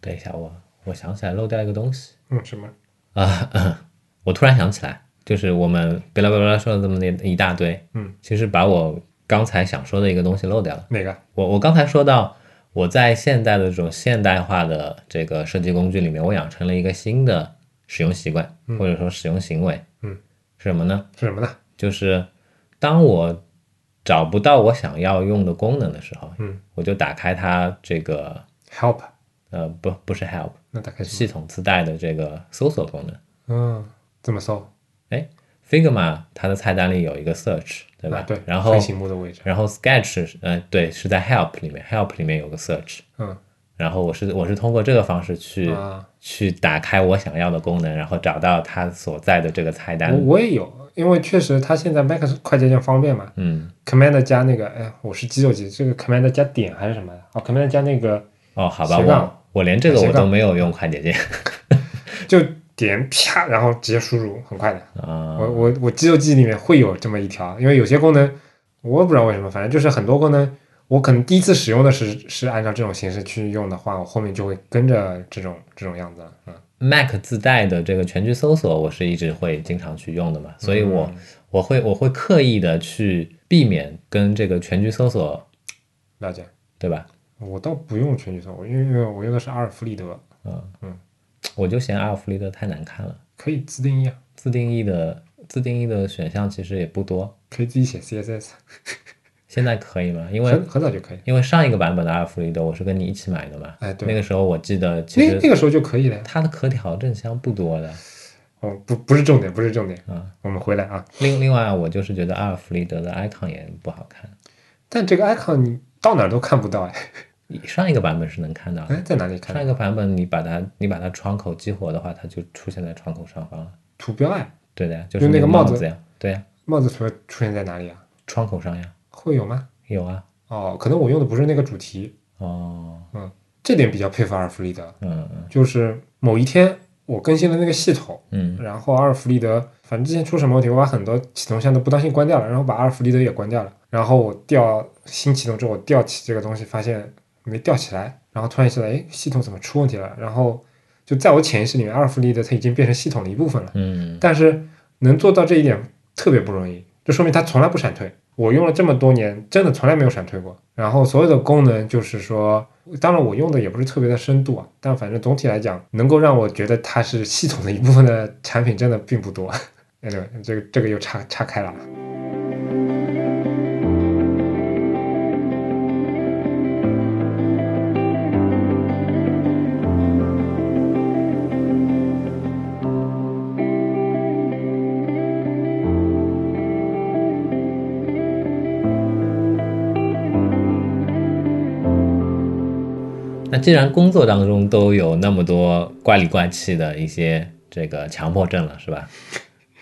S2: 等一下，我我想起来漏掉一个东西
S3: 嗯，什么？
S2: 啊、 [laughs] 我突然想起来，就是我们巴拉巴拉说了这么一大堆，
S3: 嗯，
S2: 其实把我刚才想说的一个东西漏掉了。
S3: 哪个？
S2: 我我刚才说到，我在现代的这种现代化的这个设计工具里面，我养成了一个新的使用习惯，或者说使用行为，
S3: 嗯，
S2: 是什么呢？
S3: 是什么呢？
S2: 就是当我找不到我想要用的功能的时候，
S3: 嗯，
S2: 我就打开它这个
S3: Help，
S2: 呃不不是 Help
S3: 那大概是
S2: 系统自带的这个搜索功能，
S3: 嗯，怎么搜？
S2: 哎，Figma 它的菜单里有一个 Search，对吧？
S3: 啊，对，
S2: 然后
S3: 横屏幕的位置，
S2: 然后 Sketch 是呃对是在 Help 里面，Help 里面有个 Search。
S3: 嗯
S2: 然后我是我是通过这个方式去、
S3: 啊，
S2: 去打开我想要的功能，然后找到它所在的这个菜
S3: 我
S2: 单。
S3: 我也有，因为确实它现在 Mac 快捷键方便嘛
S2: 嗯，
S3: ，Command 加那个，哎，我是肌肉记，这个 Command 加点还是什么的？哦，Command 加那个
S2: 哦，好吧，
S3: 斜杠
S2: 我我连这个
S3: 斜
S2: 我
S3: 杠
S2: 都没有用快捷键
S3: 就点啪，然后直接输入，很快的。
S2: 啊、
S3: 我我我肌肉记忆里面会有这么一条，因为有些功能我也不知道为什么，反正就是很多功能我可能第一次使用的是是按照这种形式去用的话，我后面就会跟着这种这种样子了。嗯，
S2: Mac 自带的这个全局搜索，我是一直会经常去用的嘛，所以我、我会我会刻意的去避免跟这个全局搜索，
S3: 了解。
S2: 对吧？
S3: 我倒不用全局搜，我因为我用的是阿尔弗里德，
S2: 我就嫌阿尔弗雷德太难看了，
S3: 可以自定义啊，
S2: 自定义的自定义的选项其实也不多，
S3: 可以自己写 CSS，
S2: 现在可以吗？因为
S3: 很很早就可以。
S2: 因为上一个版本的阿尔弗雷德，我是跟你一起买的嘛。
S3: 哎对
S2: 那个时候我记得其
S3: 那那
S2: 实
S3: 个时候就可以了呀。
S2: 它的可调正箱不多的。
S3: 哦，不不是重点，不是重点
S2: 啊。
S3: 我们回来啊，
S2: 另另外，我就是觉得阿尔弗雷德的 icon 也不好看。
S3: 但这个 icon 你到哪儿都看不到哎，
S2: 上一个版本是能看到
S3: 哎
S2: 的，
S3: 在哪里看
S2: 上一？个版本你把它你把它窗口激活的话，它就出现在窗口上方了。
S3: 图标哎，
S2: 对的呀，就是
S3: 那
S2: 那
S3: 个
S2: 个
S3: 帽
S2: 帽
S3: 子
S2: 子呀，对呀，
S3: 帽子图标出现在哪里啊？
S2: 窗口上呀，
S3: 会有吗？
S2: 有啊。
S3: 哦，可能我用的不是那个主题，
S2: 哦，
S3: 这点比较佩服阿尔弗里德。
S2: 嗯嗯
S3: 就是某一天我更新了那个系统，
S2: 嗯
S3: 然后阿尔弗里德反正之前出什么问题，我把很多启动项都不当心关掉了，然后把阿尔弗里德也关掉了。然后我调新启动之后，我调起这个东西，发现没调起来，然后突然意识到，哎，系统怎么出问题了？然后就在我潜意识里面，阿尔弗里德它已经变成系统的一部分了。
S2: 嗯
S3: 但是能做到这一点特别不容易，就说明它从来不闪退。我用了这么多年，真的从来没有闪退过。然后所有的功能就是说，当然我用的也不是特别的深度啊，但反正总体来讲，能够让我觉得它是系统的一部分的产品真的并不多。anyway，这个这个又岔岔开了啊。
S2: 那既然工作当中都有那么多怪里怪气的一些这个强迫症了，是吧？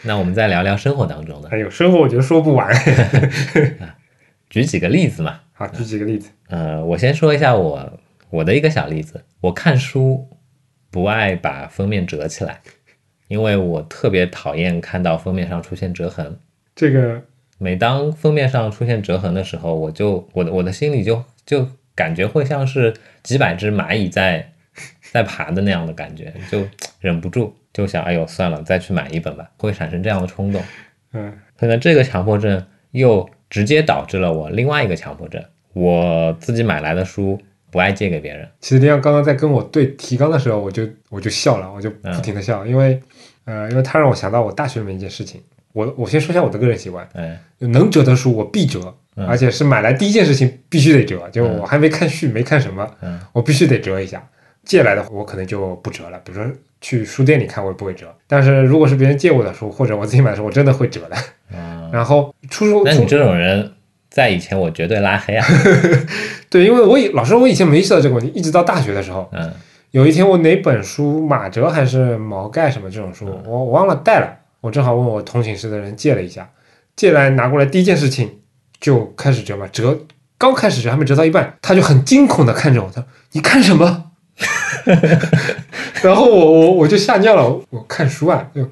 S2: 那我们再聊聊生活当中的，
S3: 哎呦，生活我觉得说不完。 [laughs]
S2: 举几个例子嘛。
S3: 好，举几个例子。
S2: 呃，我先说一下我我的一个小例子，我看书不爱把封面折起来，因为我特别讨厌看到封面上出现折痕。
S3: 这个
S2: 每当封面上出现折痕的时候，我就我的我的心里就就感觉会像是几百只蚂蚁在 [laughs] 在爬的那样的感觉，就忍不住就想，哎呦算了，再去买一本吧，会产生这样的冲动。
S3: 嗯，
S2: 可能这个强迫症又直接导致了我另外一个强迫症，我自己买来的书不爱借给别人。
S3: 其实林阳刚刚在跟我对提纲的时候，我就我就笑了，我就
S2: 嗯
S3: 不停的笑，因为呃，因为他让我想到我大学里面一件事情。我我先说一下我的个人习惯，
S2: 嗯
S3: 能折的书我必折，
S2: 嗯
S3: 而且是买来第一件事情必须得折，就我还没看序，没看什么，
S2: 嗯
S3: 我必须得折一下。借来的我可能就不折了，比如说去书店里看我也不会折，但是如果是别人借我的书或者我自己买的书，我真的会折的。
S2: 啊，
S3: [laughs] 然后出书，
S2: 那
S3: 出
S2: 你这种人在以前我绝对拉黑啊。 [laughs]
S3: 对，因为我以老师，我以前没意识到这个问题，一直到大学的时候，
S2: 嗯
S3: 有一天我哪本书马哲还是毛概什么这种书，我我忘了带了，我正好问我同寝室的人借了一下，借来拿过来第一件事情就开始折嘛，折刚开始折还没折到一半，他就很惊恐的看着我，他说你看什么？ [laughs] 然后我我我就吓尿了，我我看书啊，就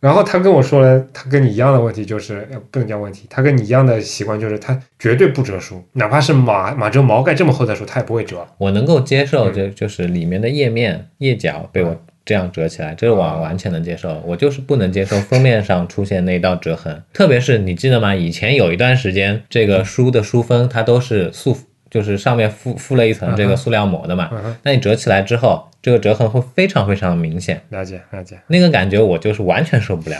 S3: 然后他跟我说了，他跟你一样的问题就是，呃不能叫问题，他跟你一样的习惯就是，他绝对不折书，哪怕是马马哲毛概这么厚的书，他也不会折。
S2: 我能够接受
S3: 嗯
S2: 就就是里面的页面页角被我这样折起来，这是我
S3: 啊
S2: 完全能接受。我就是不能接受封面上出现那道折痕，特别是你记得吗？以前有一段时间，这个书的书封它都是塑，就是上面附附了一层这个塑料膜的嘛。
S3: 嗯哼，
S2: 那你折起来之后，这个折痕会非常非常明显，
S3: 了解了解。
S2: 那个感觉我就是完全受
S3: [laughs]
S2: 不了。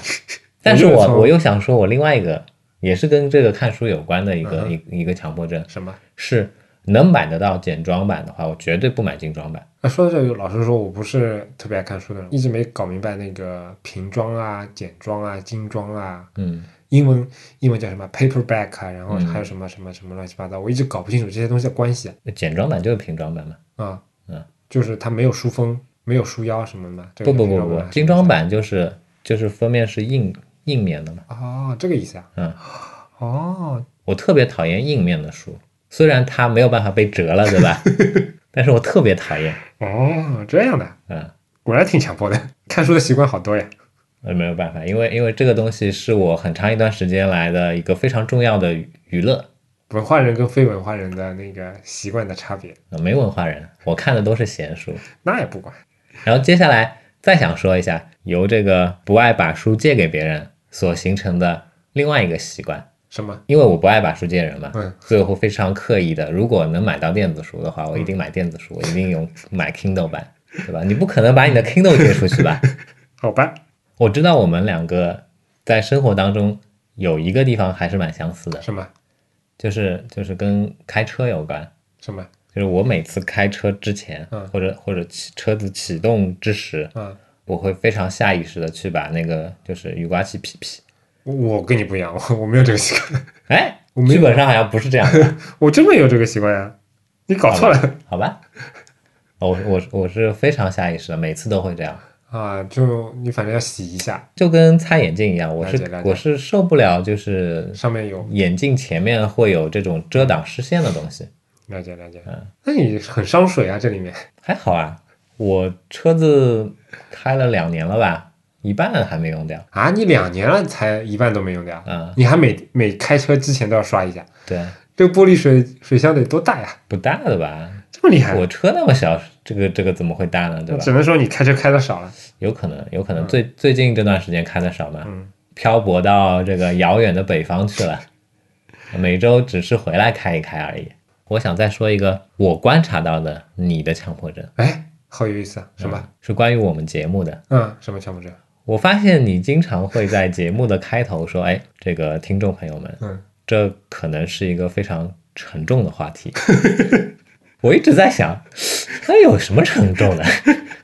S2: 但是我我又想说，我另外一个也是跟这个看书有关的一
S3: 嗯
S2: 个一、一个强迫症
S3: 什么？
S2: 是。能买得到简装版的话，我绝对不买精装版。
S3: 那说到这个，老实说，我不是特别爱看书的人，一直没搞明白那个平装啊、简装啊、精装啊，
S2: 嗯，
S3: 英文英文叫什么 paperback 啊，然后
S2: 嗯
S3: 还有什么什么什么乱七八糟，我一直搞不清楚这些东西的关系
S2: 简装版就是平装版嘛。
S3: 啊。
S2: 嗯，
S3: 就是它没有书封，没有书腰什么的嘛。这
S2: 不
S3: 个
S2: 不不
S3: 平
S2: 不，
S3: 装
S2: 精装版就是就是封面是硬硬面的嘛。
S3: 哦，这个意思啊。
S2: 嗯，
S3: 哦，
S2: 我特别讨厌硬面的书，虽然它没有办法被折了，对吧？ [laughs] 但是我特别讨厌。
S3: 哦，这样的，
S2: 嗯，
S3: 果然挺强迫的。看书的习惯好多呀。
S2: 呃，没有办法，因为因为这个东西是我很长一段时间来的一个非常重要的娱娱乐。
S3: 文化人跟非文化人的那个习惯的差别，
S2: 呃没文化人，我看的都是闲书。
S3: 那也不管。
S2: 然后接下来再想说一下，由这个不爱把书借给别人所形成的另外一个习惯，
S3: 什么？
S2: 因为我不爱把书借人嘛，
S3: 嗯
S2: 所以我会非常刻意的，如果能买到电子书的话，我一定买电子书，我一定用买 Kindle 版，对吧？你不可能把你的 Kindle 借出去吧？
S3: 好吧，
S2: 我知道我们两个在生活当中有一个地方还是蛮相似的，
S3: 什么
S2: 就是就是跟开车有关。
S3: 什么？
S2: 就是我每次开车之前，
S3: 嗯
S2: 或者或者启车子启动之时，
S3: 嗯，
S2: 我会非常下意识的去把那个就是雨刮器劈劈。
S3: 我我跟你不一样，我我没有这个习惯，
S2: 哎
S3: 我，没有
S2: 剧本上好像不是这样的，
S3: 我真没有这个习惯呀、你搞错了
S2: 好吧？哦我我我是非常下意识的，每次都会这样，
S3: 啊！就你反正要洗一下，
S2: 就跟擦眼镜一样，我
S3: 了
S2: 是
S3: 解了解
S2: 我是受不了，就是
S3: 上面有
S2: 眼镜前面会有这种遮挡视线的东西。
S3: 了解了解。
S2: 嗯
S3: 那你很伤水啊，这里面
S2: 还好啊，我车子开了两年了吧，一半还没用掉。
S3: 啊，你两年了才一半都没用掉，
S2: 嗯，
S3: 你还每每开车之前都要刷一下，
S2: 对，
S3: 这个玻璃水水箱得多大呀？
S2: 不大的吧？
S3: 这么厉害，
S2: 我车那么小，这个这个怎么会大呢？对
S3: 那
S2: 吧
S3: 只？能说你开车开的少了。
S2: 有可能，有可能最最近这段时间开的少嘛，
S3: 嗯
S2: 漂泊到这个遥远的北方去了， [laughs] 每周只是回来开一开而已。我想再说一个我观察到的你的强迫症，
S3: 哎，好有意思啊！
S2: 嗯
S3: 什么？
S2: 是关于我们节目的。
S3: 嗯，什么强迫症？
S2: 我发现你经常会在节目的开头说：“哎，这个听众朋友们，
S3: 嗯，
S2: 这可能是一个非常沉重的话题。” [laughs] 我一直在想，那有什么沉重的？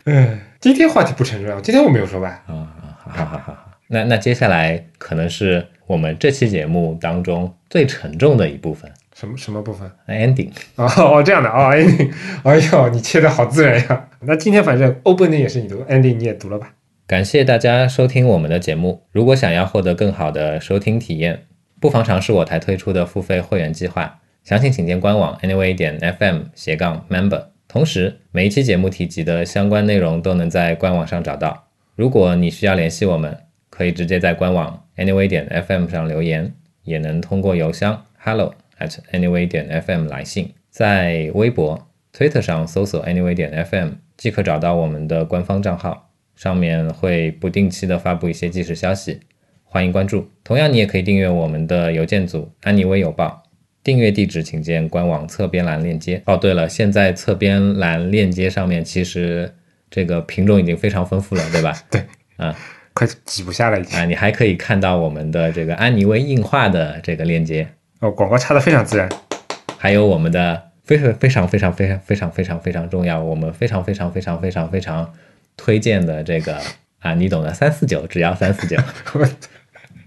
S3: 嗯，今天话题不沉重啊，今天我没有说吧？
S2: 啊，好好好好好。那那接下来可能是我们这期节目当中最沉重的一部分，
S3: 什么什么部分？
S2: ending。
S3: [laughs] 哦哦，这样的哦，哎，你哎呦，你切的好自然呀。那今天反正 opening 也是你读，ending 你也读了吧？
S2: 感谢大家收听我们的节目。如果想要获得更好的收听体验，不妨尝试我台推出的付费会员计划，详情请见官网 anyway 点 fm 斜杠 member。同时，每一期节目提及的相关内容都能在官网上找到。如果你需要联系我们，可以直接在官网 anyway 点 fm 上留言，也能通过邮箱 hello at anyway 点 fm 来信，在微博、Twitter 上搜索 anyway 点 fm 即可找到我们的官方账号。上面会不定期的发布一些即时消息，欢迎关注。同样，你也可以订阅我们的邮件组“安妮微邮报”，订阅地址请见官网侧边栏链接。哦，对了，现在侧边栏链接上面其实这个品种已经非常丰富了，对吧？
S3: 对，
S2: 啊
S3: 快挤不下了已经。
S2: 啊，你还可以看到我们的这个安妮微映画的这个链接，
S3: 哦，广告插的非常自然。 [laughs]
S2: 还有我们的非常非常非常非常非常非常非常重要，我们非常非常非常非常非常推荐的这个啊，你懂的，三四九只要三四九。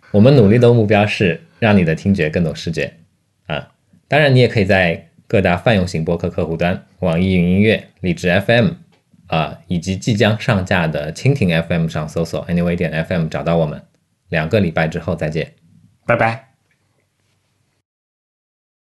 S2: 我们努力的目标是让你的听觉更懂视觉啊。当然，你也可以在各大泛用型播客客户端、网易云音乐、荔枝 FM 啊，以及即将上架的蜻蜓 FM 上搜索 Anyway 点 FM 找到我们。两个礼拜之后再见。
S3: 拜拜。